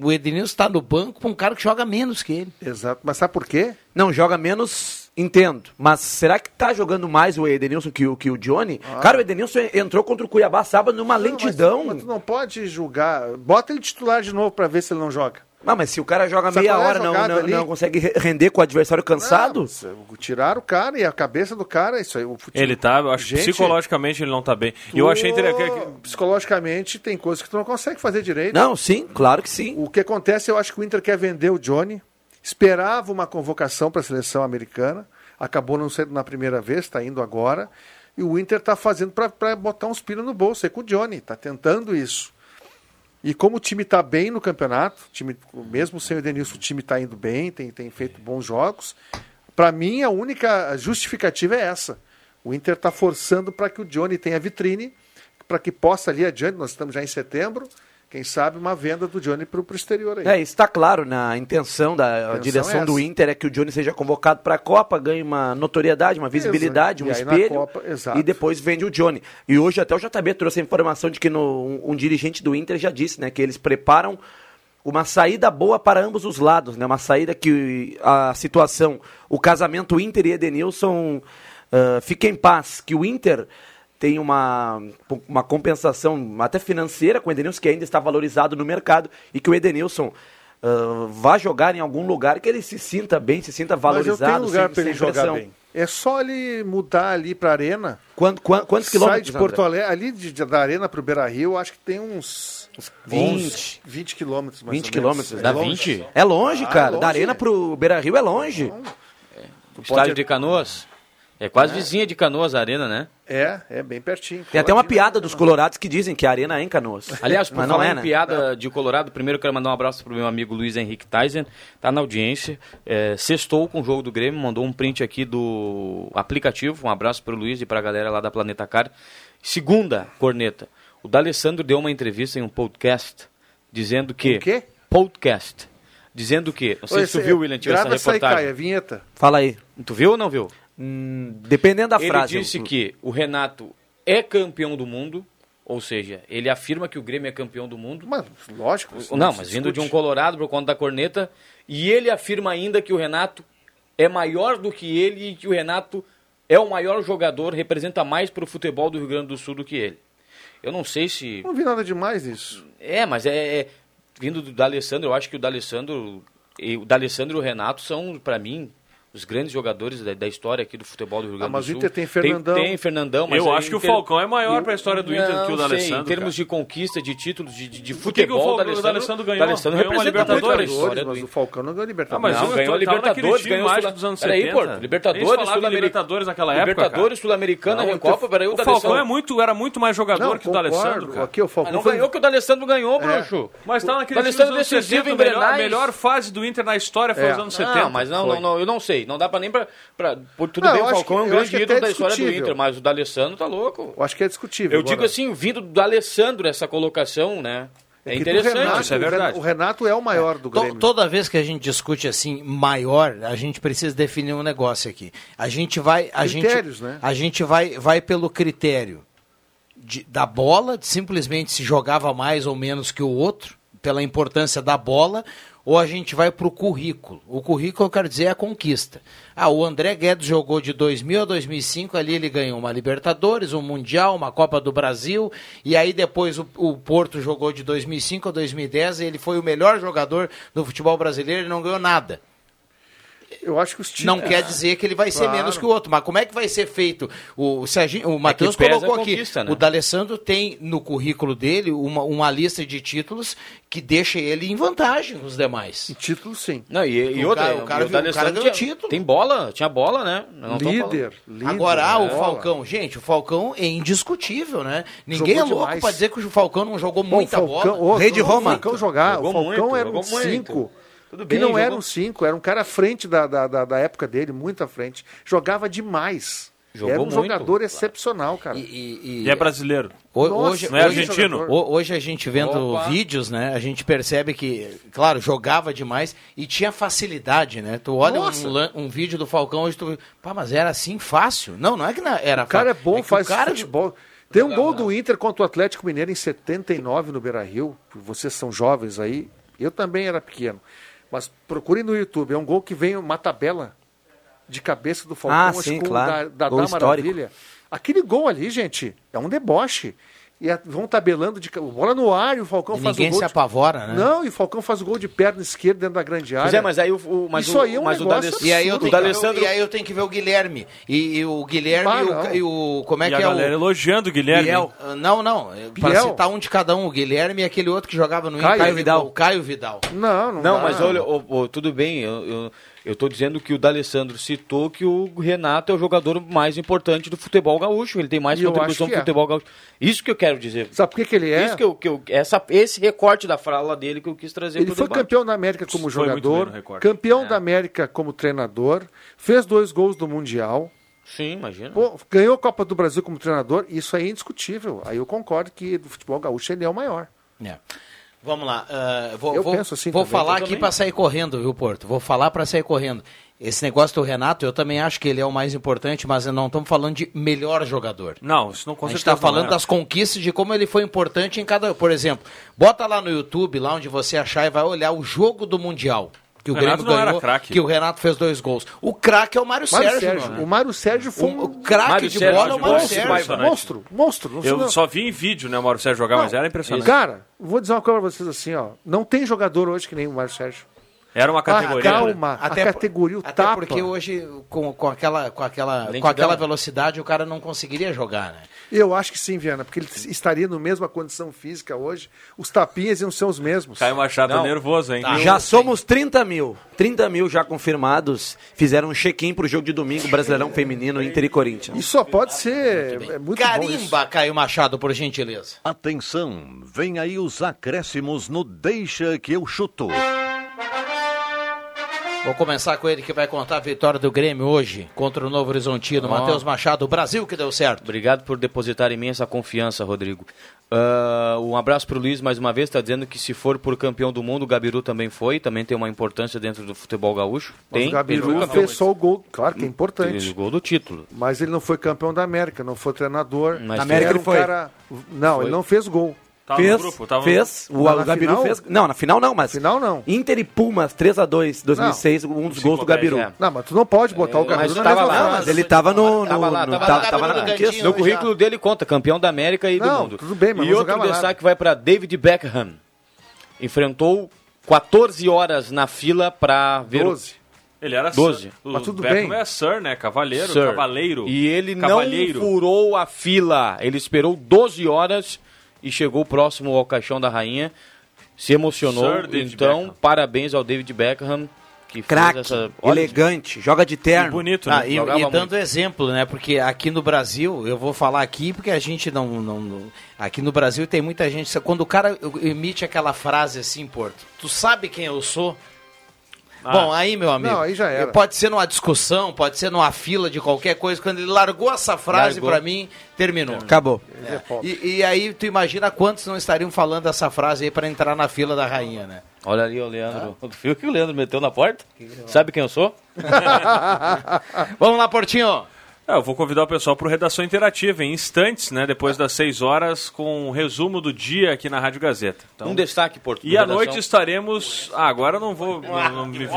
A: o Ednilson está no banco com um cara que joga menos que ele.
D: Exato. Mas sabe por quê?
C: Não, joga menos, entendo. Mas será que tá jogando mais o Edenilson que o, que o Johnny? Cara, o Edenilson entrou contra o Cuiabá sábado numa lentidão.
D: Ah. Não, mas, mas
C: Mas,
D: tu não pode julgar. Bota ele titular de novo para ver se ele não joga.
C: ah, mas se o cara joga
D: Sabe
C: meia
D: qual é a
C: hora, não,
D: jogada
C: não,
D: ali?
C: não consegue re- render com o adversário cansado?
D: Não, mas, tiraram o cara e a cabeça do cara, isso aí. O futebol-
L: Ele tá, eu acho que
D: Gente,
L: psicologicamente ele não tá bem. E
D: tu-
L: eu achei interessante.
D: Psicologicamente tem coisas que tu não consegue fazer direito.
C: Não, sim, claro que sim.
D: O que acontece, eu acho que o Inter quer vender o Johnny, esperava uma convocação para a seleção americana, acabou não sendo na primeira vez, está indo agora, e o Inter está fazendo para botar uns pinos no bolso, é com o Johnny, está tentando isso. E como o time está bem no campeonato, o time, mesmo sem o Edenilson, o time está indo bem, tem, tem feito bons jogos, para mim a única justificativa é essa. O Inter está forçando para que o Johnny tenha vitrine, para que possa ali adiante, nós estamos já em setembro, quem sabe uma venda do Johnny para o exterior aí.
C: É, isso tá claro na intenção da
D: Intenção
C: direção
D: é
C: do
D: essa.
C: Inter é que o Johnny seja convocado para a Copa, ganhe uma notoriedade, uma visibilidade, um
D: E aí na
C: espelho
D: Copa, exato.
C: e depois vende o Johnny. E hoje até o JB trouxe a informação de que no- um, um dirigente do Inter já disse, né, que eles preparam uma saída boa para ambos os lados, né? Uma saída que a situação, o casamento Inter e Edenilson ah, fique em paz, que o Inter tem uma, uma compensação até financeira com o Edenilson, que ainda está valorizado no mercado, e que o Edenilson ah, vá jogar em algum lugar que ele se sinta bem, se sinta
D: Mas eu
C: valorizado,
D: tenho lugar
C: sem-
D: para ele
C: sem
D: jogar
C: pressão.
D: bem. É só ele mudar ali para Arena.
C: Quanto, quanto, quantos
D: sai
C: quilômetros?
D: de Porto
C: André?
D: Alegre, ali de, de- da Arena para o Beira Rio, acho que tem uns, uns
C: 20.
D: 20 quilômetros mais
C: 20
D: ou menos.
C: quilômetros.
D: É
C: dá
D: longe.
C: 20? É longe,
D: Ah,
C: cara.
D: longe.
C: Da Arena pro Beira Rio é longe.
E: Estádio
C: pode-
E: de Canoas. É quase vizinha de Canoas a arena, né?
D: É, é bem pertinho. né,
C: Tem até uma piada
L: né?
C: dos colorados que dizem que a Arena é em Canoas.
E: Aliás, por
C: Mas
E: falar
C: não é,
E: em
C: né?
E: piada de Colorado, primeiro eu quero mandar um abraço pro meu amigo Luiz Henrique Tyson, tá na audiência, é, sextou com o jogo do Grêmio, mandou um print aqui do aplicativo, um abraço pro Luiz e pra galera lá da Planeta Car. Segunda, corneta, o D'Alessandro deu uma entrevista em um podcast, dizendo que...
D: O quê?
E: Podcast. Dizendo que... Não sei
D: Ô,
E: se tu
D: esse-
E: viu, William, Tio, essa
D: Grava essa aí,
E: reportagem.
D: Caio, a vinheta.
C: Fala aí.
E: tu viu ou não viu?
C: Hum, dependendo da
E: ele
C: frase.
E: disse
C: eu-
E: que o Renato é campeão do mundo, ou seja, ele afirma que o Grêmio é campeão do mundo.
D: Mas, lógico. isso
E: não,
D: se
E: mas vindo de um
D: discute.
E: Colorado por conta da corneta. E ele afirma ainda que o Renato é maior do que ele e que o Renato é o maior jogador, representa mais para o futebol do Rio Grande do Sul do que ele. Eu não sei se.
D: Não vi nada demais nisso.
E: É, mas é. é- vindo do D'Alessandro, eu acho que o D'Alessandro. e O D'Alessandro e o Renato são, para mim. Os grandes jogadores da, da história aqui do futebol do Rio Grande
D: Ah, mas
E: do
D: o
E: Sul.
D: Inter tem Fernandão.
E: Tem, Fernandão, mas
L: Eu
E: aí
L: acho que o
E: Inter-
L: Falcão é maior pra história do Inter do que o
E: Não sei, Em
L: D'Alessandro,
E: termos
L: cara.
E: de conquista, de títulos, de, de,
L: que que
E: de
L: o
E: futebol,
L: Falcão- o D'Alessandro ganhou?
E: D'Alessandro
L: Ganhou uma
E: representa muito a
L: Libertadores?
E: história do
D: Mas
E: Inter.
D: o Falcão não ganhou
L: Ah,
D: Libertadores.
L: mas
E: Não,
L: eu
E: ganhou
L: tava
E: a Libertadores,
L: naquele time
E: ganhou o
L: mágico
E: Sula-
L: dos anos
E: Peraí,
L: 70.
E: Porto, Libertadores,
L: Nem se falava de
E: Sul-Americana.
L: Libertadores naquela época,
E: Libertadores, Sul-Americana,
L: Não,
E: Recopa, peraí, o
L: O Falcão é
E: D'Alessandro.
L: muito, era muito mais jogador
D: Não,
L: que o D'Alessandro,
D: concordo.
L: cara.
D: Aqui o
E: tá Mas
D: Falcão
E: não
D: foi-
E: ganhou o que o D'Alessandro ganhou, bruxo.
L: É. Mas tá naquele time dos
E: D'Alessandro
L: anos
E: decisivo
L: 60,
E: em
L: a melhor, a
E: Grenais.
L: melhor fase do Inter na história foi
D: É.
L: os anos
E: Não,
L: 70.
E: mas não,
L: Foi.
E: não, não, eu não sei. Não dá pra nem pra. pra- por tudo
D: Não,
E: bem,
D: eu
E: o
D: acho
E: Falcão
D: que-
E: é um
D: eu acho
E: grande
D: que
E: ídolo
D: até
E: da história do
D: discutível.
E: Inter, mas o D'Alessandro tá louco.
D: Eu acho que é discutível.
E: Eu digo
D: agora.
E: assim, vindo do D'Alessandro, essa colocação, né? É
D: Que do
E: interessante.
D: Renato,
L: isso é verdade.
D: O Renato é o maior do
A: To-
D: Grêmio.
A: toda vez que a gente discute assim maior, a gente precisa definir um negócio aqui. A gente vai, a
D: Critérios,
A: gente,
D: né?
A: a gente vai, vai pelo critério de- da bola, de simplesmente se jogava mais ou menos que o outro pela importância da bola. Ou a gente vai para o currículo. O currículo, eu quero dizer, é a conquista. Ah, o André Guedes jogou de 2000 a 2005, ali ele ganhou uma Libertadores, um Mundial, uma Copa do Brasil, e aí depois o, o Porto jogou de 2005 a 2010 e ele foi o melhor jogador do futebol brasileiro e não ganhou nada.
D: Eu acho que os times.
A: Não quer dizer que ele vai ser
D: É. Claro.
A: menos que o outro, mas como é que vai ser feito? O, se a gente- o Matheus
E: pesa a
A: colocou aqui,
E: conquista, né?
A: o D'Alessandro tem no currículo dele uma, uma lista de títulos que deixa ele em vantagem os demais.
D: Título, sim.
E: Não, e, e
A: O
E: outra,
A: cara- o cara
E: e
A: viu- o
E: D'Alessandro
A: cara ganhou
E: tinha-
A: título.
E: Tem bola, tinha bola, né? Eu não tô falando.
D: líder, líder. É.
A: Agora, ah, o
D: bola.
A: Falcão, gente, o Falcão é indiscutível, né? Ninguém
D: Jogou
A: é louco
D: demais.
A: pra dizer que o Falcão não jogou
D: Bom,
A: muita
D: o Falcão,
A: bola.
D: ô,
C: Rei de
D: jogou
C: Roma.
D: O Falcão jogar.
E: Jogou
D: o Falcão
E: muito,
D: era um
E: jogou muito.
D: 5.
E: Tudo
D: Que
E: bem,
D: não
E: jogou-
D: era um 5, era um cara à frente da, da, da, da época dele, muito à frente. Jogava demais.
E: Jogou
D: era um
E: muito,
D: jogador
E: claro.
D: excepcional, cara.
A: E, e- e-
L: E é brasileiro.
A: ho-
D: Nossa, né?
A: hoje,
L: não é
A: hoje-
L: argentino?
D: jogador.
A: ho- hoje a gente vendo
E: Opa.
A: vídeos, né? A gente percebe que, claro, jogava demais e tinha facilidade, né? Tu olha um,
D: Nossa.
A: lan- um vídeo do Falcão hoje, tu. Pá, mas era assim fácil. Não, não é que na- era
D: O cara é bom,
A: que o
D: faz
A: cara-
D: futebol. Tem um gol do Inter contra o Atlético Mineiro em 79 no Beira Rio. Vocês são jovens aí. Eu também era pequeno. Mas procurem no YouTube. É um gol que vem uma tabela de cabeça do Falcão.
C: Ah,
D: acho
C: sim,
D: que o
C: claro.
D: Da, da,
C: Gol
D: da
C: histórico.
D: Maravilha. Aquele gol ali, gente, é um deboche. E a- vão tabelando de ca- bola no ar e o Falcão
A: E
D: faz
A: ninguém
D: o gol.
A: se
D: de-
A: apavora, né?
D: Não, e o Falcão faz o gol de perna esquerda dentro da grande área.
E: Pois é, mas aí o, o, mas
D: Isso
E: o,
D: aí é um
E: mas o
D: negócio
E: D'Alessandro-
A: E aí, eu
E: o
A: tenho que ver,
E: D'Alessandro
A: e aí eu tenho que ver o Guilherme. E, e o Guilherme e,
D: Ah,
A: o,
D: não.
A: ca- e o- Como é
L: e a
A: que é o.
L: galera elogiando o Guilherme. hein?
A: Biel. Ah, Não, não. é, Para
D: Biel?
A: citar um de cada um, o Guilherme e aquele outro que jogava no
D: Caio
A: Inter,
C: Vidal.
A: O Caio Vidal.
D: Não, não
E: Não,
D: dá.
E: mas olha, ô, ô, tudo bem, eu, eu, eu tô dizendo que o D'Alessandro citou que o Renato é o jogador mais importante do futebol gaúcho, ele tem mais
D: E eu
E: contribuição
D: acho
E: pro
D: que é.
E: futebol gaúcho. Isso que eu quero dizer.
D: Sabe por que, que ele é?
E: Isso que eu, que eu, essa, esse recorte da fala dele que eu quis trazer
D: Ele
E: pro
D: foi
E: debate.
D: campeão da América como
L: Foi muito bem
D: jogador,
L: no É. recorte.
D: campeão da América como treinador, fez dois gols do Mundial,
E: Sim, imagina.
L: É.
D: pô, ganhou a Copa do Brasil como treinador, isso aí é indiscutível. Aí eu concordo que do futebol gaúcho ele é o maior.
A: É. Vamos lá. ah, vou
D: Eu
A: vou-
D: penso assim
A: vou
D: também.
A: falar
D: Eu
A: aqui
E: também.
A: para sair correndo, viu, Porto? Vou falar para sair correndo. Esse negócio do Renato, eu também acho que ele é o mais importante, mas não estamos falando de melhor jogador.
L: Não, isso não é.
A: A gente
L: consegue.
A: está falando das conquistas, de como ele foi importante em cada. Por exemplo, bota lá no YouTube, lá onde você achar, e vai olhar o jogo do Mundial. Que o,
L: Renato
A: Grêmio
L: não era
A: ganhou,
L: craque.
A: que o Renato fez dois gols. O craque é o Mário,
D: Mário
A: Sérgio.
D: Sérgio,
A: mano.
D: o Mário Sérgio foi
A: O, o
D: um
A: craque
L: Mário
A: de
L: Sérgio,
A: bola é o Mário
L: gol,
A: Sérgio.
L: pai,
D: monstro,
L: impressionante.
D: monstro, monstro. Não sei
L: Eu
D: não.
L: só vi em vídeo, né, o Mauro Sérgio jogar, mas era impressionante.
D: Cara, vou dizer uma coisa pra vocês assim, ó. Não tem jogador hoje que nem o Mário Sérgio.
L: Era uma categoria. né?
D: Ah, calma, até, a categoria o
A: até
D: tapa.
A: porque hoje, com, com aquela, com, aquela, Lentidão. com aquela velocidade, o cara não conseguiria jogar, né?
D: Eu acho que sim, Viana, porque ele estaria na mesma condição física hoje, os tapinhas iam ser os mesmos.
L: Caio Machado não. nervoso, hein? Tá.
C: Já somos 30 mil. 30 mil já confirmados. Fizeram um check-in pro jogo de domingo, Brasileirão Feminino, Inter e Corinthians.
D: Isso só pode ser. Muito é muito
A: Carimba, Caio Machado, por gentileza.
M: Atenção, vem aí os acréscimos no Deixa que eu chuto.
A: Vou começar com ele que vai contar a vitória do Grêmio hoje contra o Novo Horizontino, oh. Matheus Machado, Brasil que deu certo.
E: Obrigado por depositar em mim essa confiança, Rodrigo. Uh, um abraço para o Luiz mais uma vez, está dizendo que se for por campeão do mundo, o Gabiru também foi, também tem uma importância dentro do futebol gaúcho.
D: Mas tem,
E: o
D: Gabiru fez só o gol, claro que é importante.
E: O gol do título.
D: Mas ele não foi campeão da América, não foi treinador. um
C: Mas na América ele foi. Cara...
D: Não,
C: foi.
D: ele não fez gol.
L: Tava
C: fez,
L: grupo, tava
C: fez. O, o Gabiru
D: final?
C: fez. Não, na final não, mas.
D: Final não.
C: Inter e Pumas, 3x2, 2006, um dos gols do Gabiru. É.
D: Não, mas tu não pode botar é, o Gabiru na
C: tava lá, mas ele tava no. no
E: tava lá,
C: no,
E: tava, tava, tava
C: na,
E: no, no currículo dele conta, campeão da América e
D: não,
E: do mundo.
D: Tudo bem, mas
E: e outro destaque vai para David Beckham. Enfrentou 14 horas na fila para ver.
D: 12.
L: Ele era
E: 12.
L: Sir. Mas tudo Beckham bem. é Sir, né? Cavaleiro, sir. cavaleiro.
E: E ele
L: cavaleiro.
E: não furou a fila. Ele esperou 12 horas e chegou próximo ao caixão da rainha, se emocionou. Então, Beckham. parabéns ao David Beckham. Que
C: Crack,
E: fez essa...
C: Olha,
A: é
C: elegante, joga de terno. E
L: bonito,
A: Ah,
L: né?
A: e,
L: Jogava
A: e dando
L: muito.
A: exemplo, né? Porque aqui no Brasil, eu vou falar aqui porque a gente não, não, não- Aqui no Brasil tem muita gente. Quando o cara emite aquela frase assim, Porto, tu sabe quem eu sou?
L: Ah.
A: Bom, aí, meu amigo.
D: Não, aí já era.
A: Pode ser numa discussão, pode ser numa fila de qualquer coisa. Quando ele largou essa frase
E: Largou.
A: pra mim, terminou.
C: Acabou.
D: Ele é pobre.
A: E, e aí, tu imagina quantos não estariam falando essa frase aí pra entrar na fila da rainha, né?
E: Olha ali o Leandro. O fio que o Leandro meteu na porta. Sabe quem eu sou?
A: Vamos lá, Portinho.
L: É, eu vou convidar o pessoal para o Redação Interativa em instantes, né? Depois das 6 horas, com um resumo do dia aqui na Rádio Gazeta. Então,
E: Um destaque, Porto.
L: E à noite estaremos. Ah, agora eu não vou. Não, não me vê.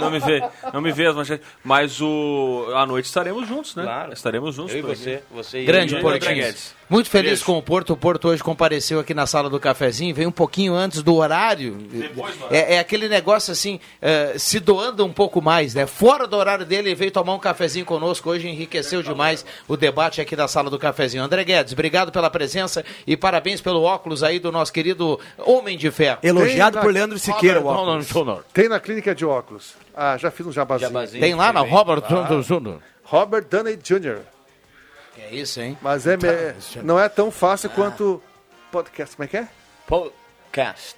L: Não me vê. Não me vê as manchetes. Mas o, à noite estaremos juntos, né?
E: Claro.
L: Estaremos juntos.
E: Eu e
L: por
E: você. você e-
A: Grande
L: E aí, André
A: Portinho.
L: Guedes?
A: Muito feliz com o Porto. O Porto hoje compareceu aqui na sala do cafezinho, veio um pouquinho antes do horário. É, é aquele negócio assim, eh, se doando um pouco mais, né? Fora do horário dele, ele veio tomar um cafezinho conosco. Hoje enriqueceu demais o debate aqui da sala do cafezinho. André Guedes, obrigado pela presença e parabéns pelo óculos aí do nosso querido Homem de Ferro.
C: Elogiado
D: Tem,
C: por
D: né?
C: Leandro Siqueira, o
A: Robert
C: óculos.
A: Downey Jr.
D: Tem na clínica de óculos. Ah, já fiz um jabazinho.
E: Jabazinho.
A: Tem lá na Robert Downey Jr.
D: Robert Downey Jr.
A: É isso, hein?
D: Mas
C: Tá,
D: é me- não é tão fácil quanto
C: Ah.
D: podcast. Como é que é?
E: Podcast.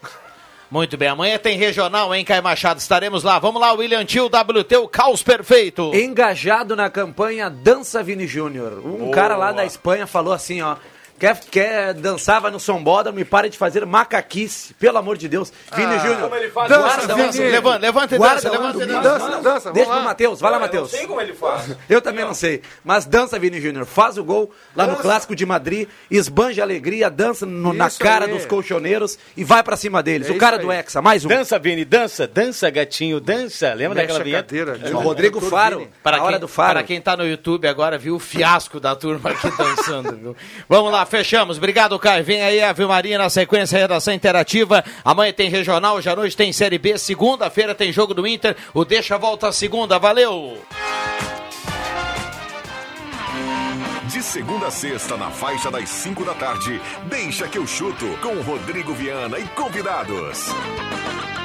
A: Muito bem, amanhã tem regional, hein, Caio Machado? Estaremos lá. Vamos lá, William Tio, WT, o caos perfeito.
C: Engajado na campanha Dança Vini Júnior. Um cara lá da Espanha falou assim, ó. Quer, quer dançar, vai no Sombódromo e para de fazer macaquice. Pelo amor de Deus. Vini Júnior. Como ele faz?
D: Dança,
A: Dança, dança, levanta, levanta e dança,
C: Guarda,
A: levanta e
C: Domingo.
A: dança.
D: Dança,
C: Deixa
D: dança, vamos
C: pro
D: lá.
C: Matheus, vai lá, Matheus. Eu não sei como ele faz. Eu também não sei. Mas dança, Vini Júnior. Faz o gol lá no Clássico de Madrid, esbanja a alegria, dança no- na
D: Isso
C: cara
D: aí.
C: dos colchoneiros e vai pra cima deles.
D: É
C: o cara
D: isso
C: do
D: aí.
C: Hexa, mais um.
E: Dança, Vini, dança, dança, gatinho, dança. Lembra
D: Mexe
E: daquela
D: a
E: vinheta?
D: cadeira.
C: É O Rodrigo Faro, para a hora
A: quem,
C: do Faro.
A: para quem tá no YouTube agora, viu o fiasco da turma aqui dançando, viu? Vamos lá, fechamos. Obrigado, Caio. Vem aí a Maria na sequência, redação interativa. Amanhã tem regional, hoje à noite tem Série B. Segunda-feira tem jogo do Inter. O Deixa volta segunda. Valeu!
M: De segunda a sexta, na faixa das 5 da tarde, Deixa que eu chuto com Rodrigo Viana e convidados.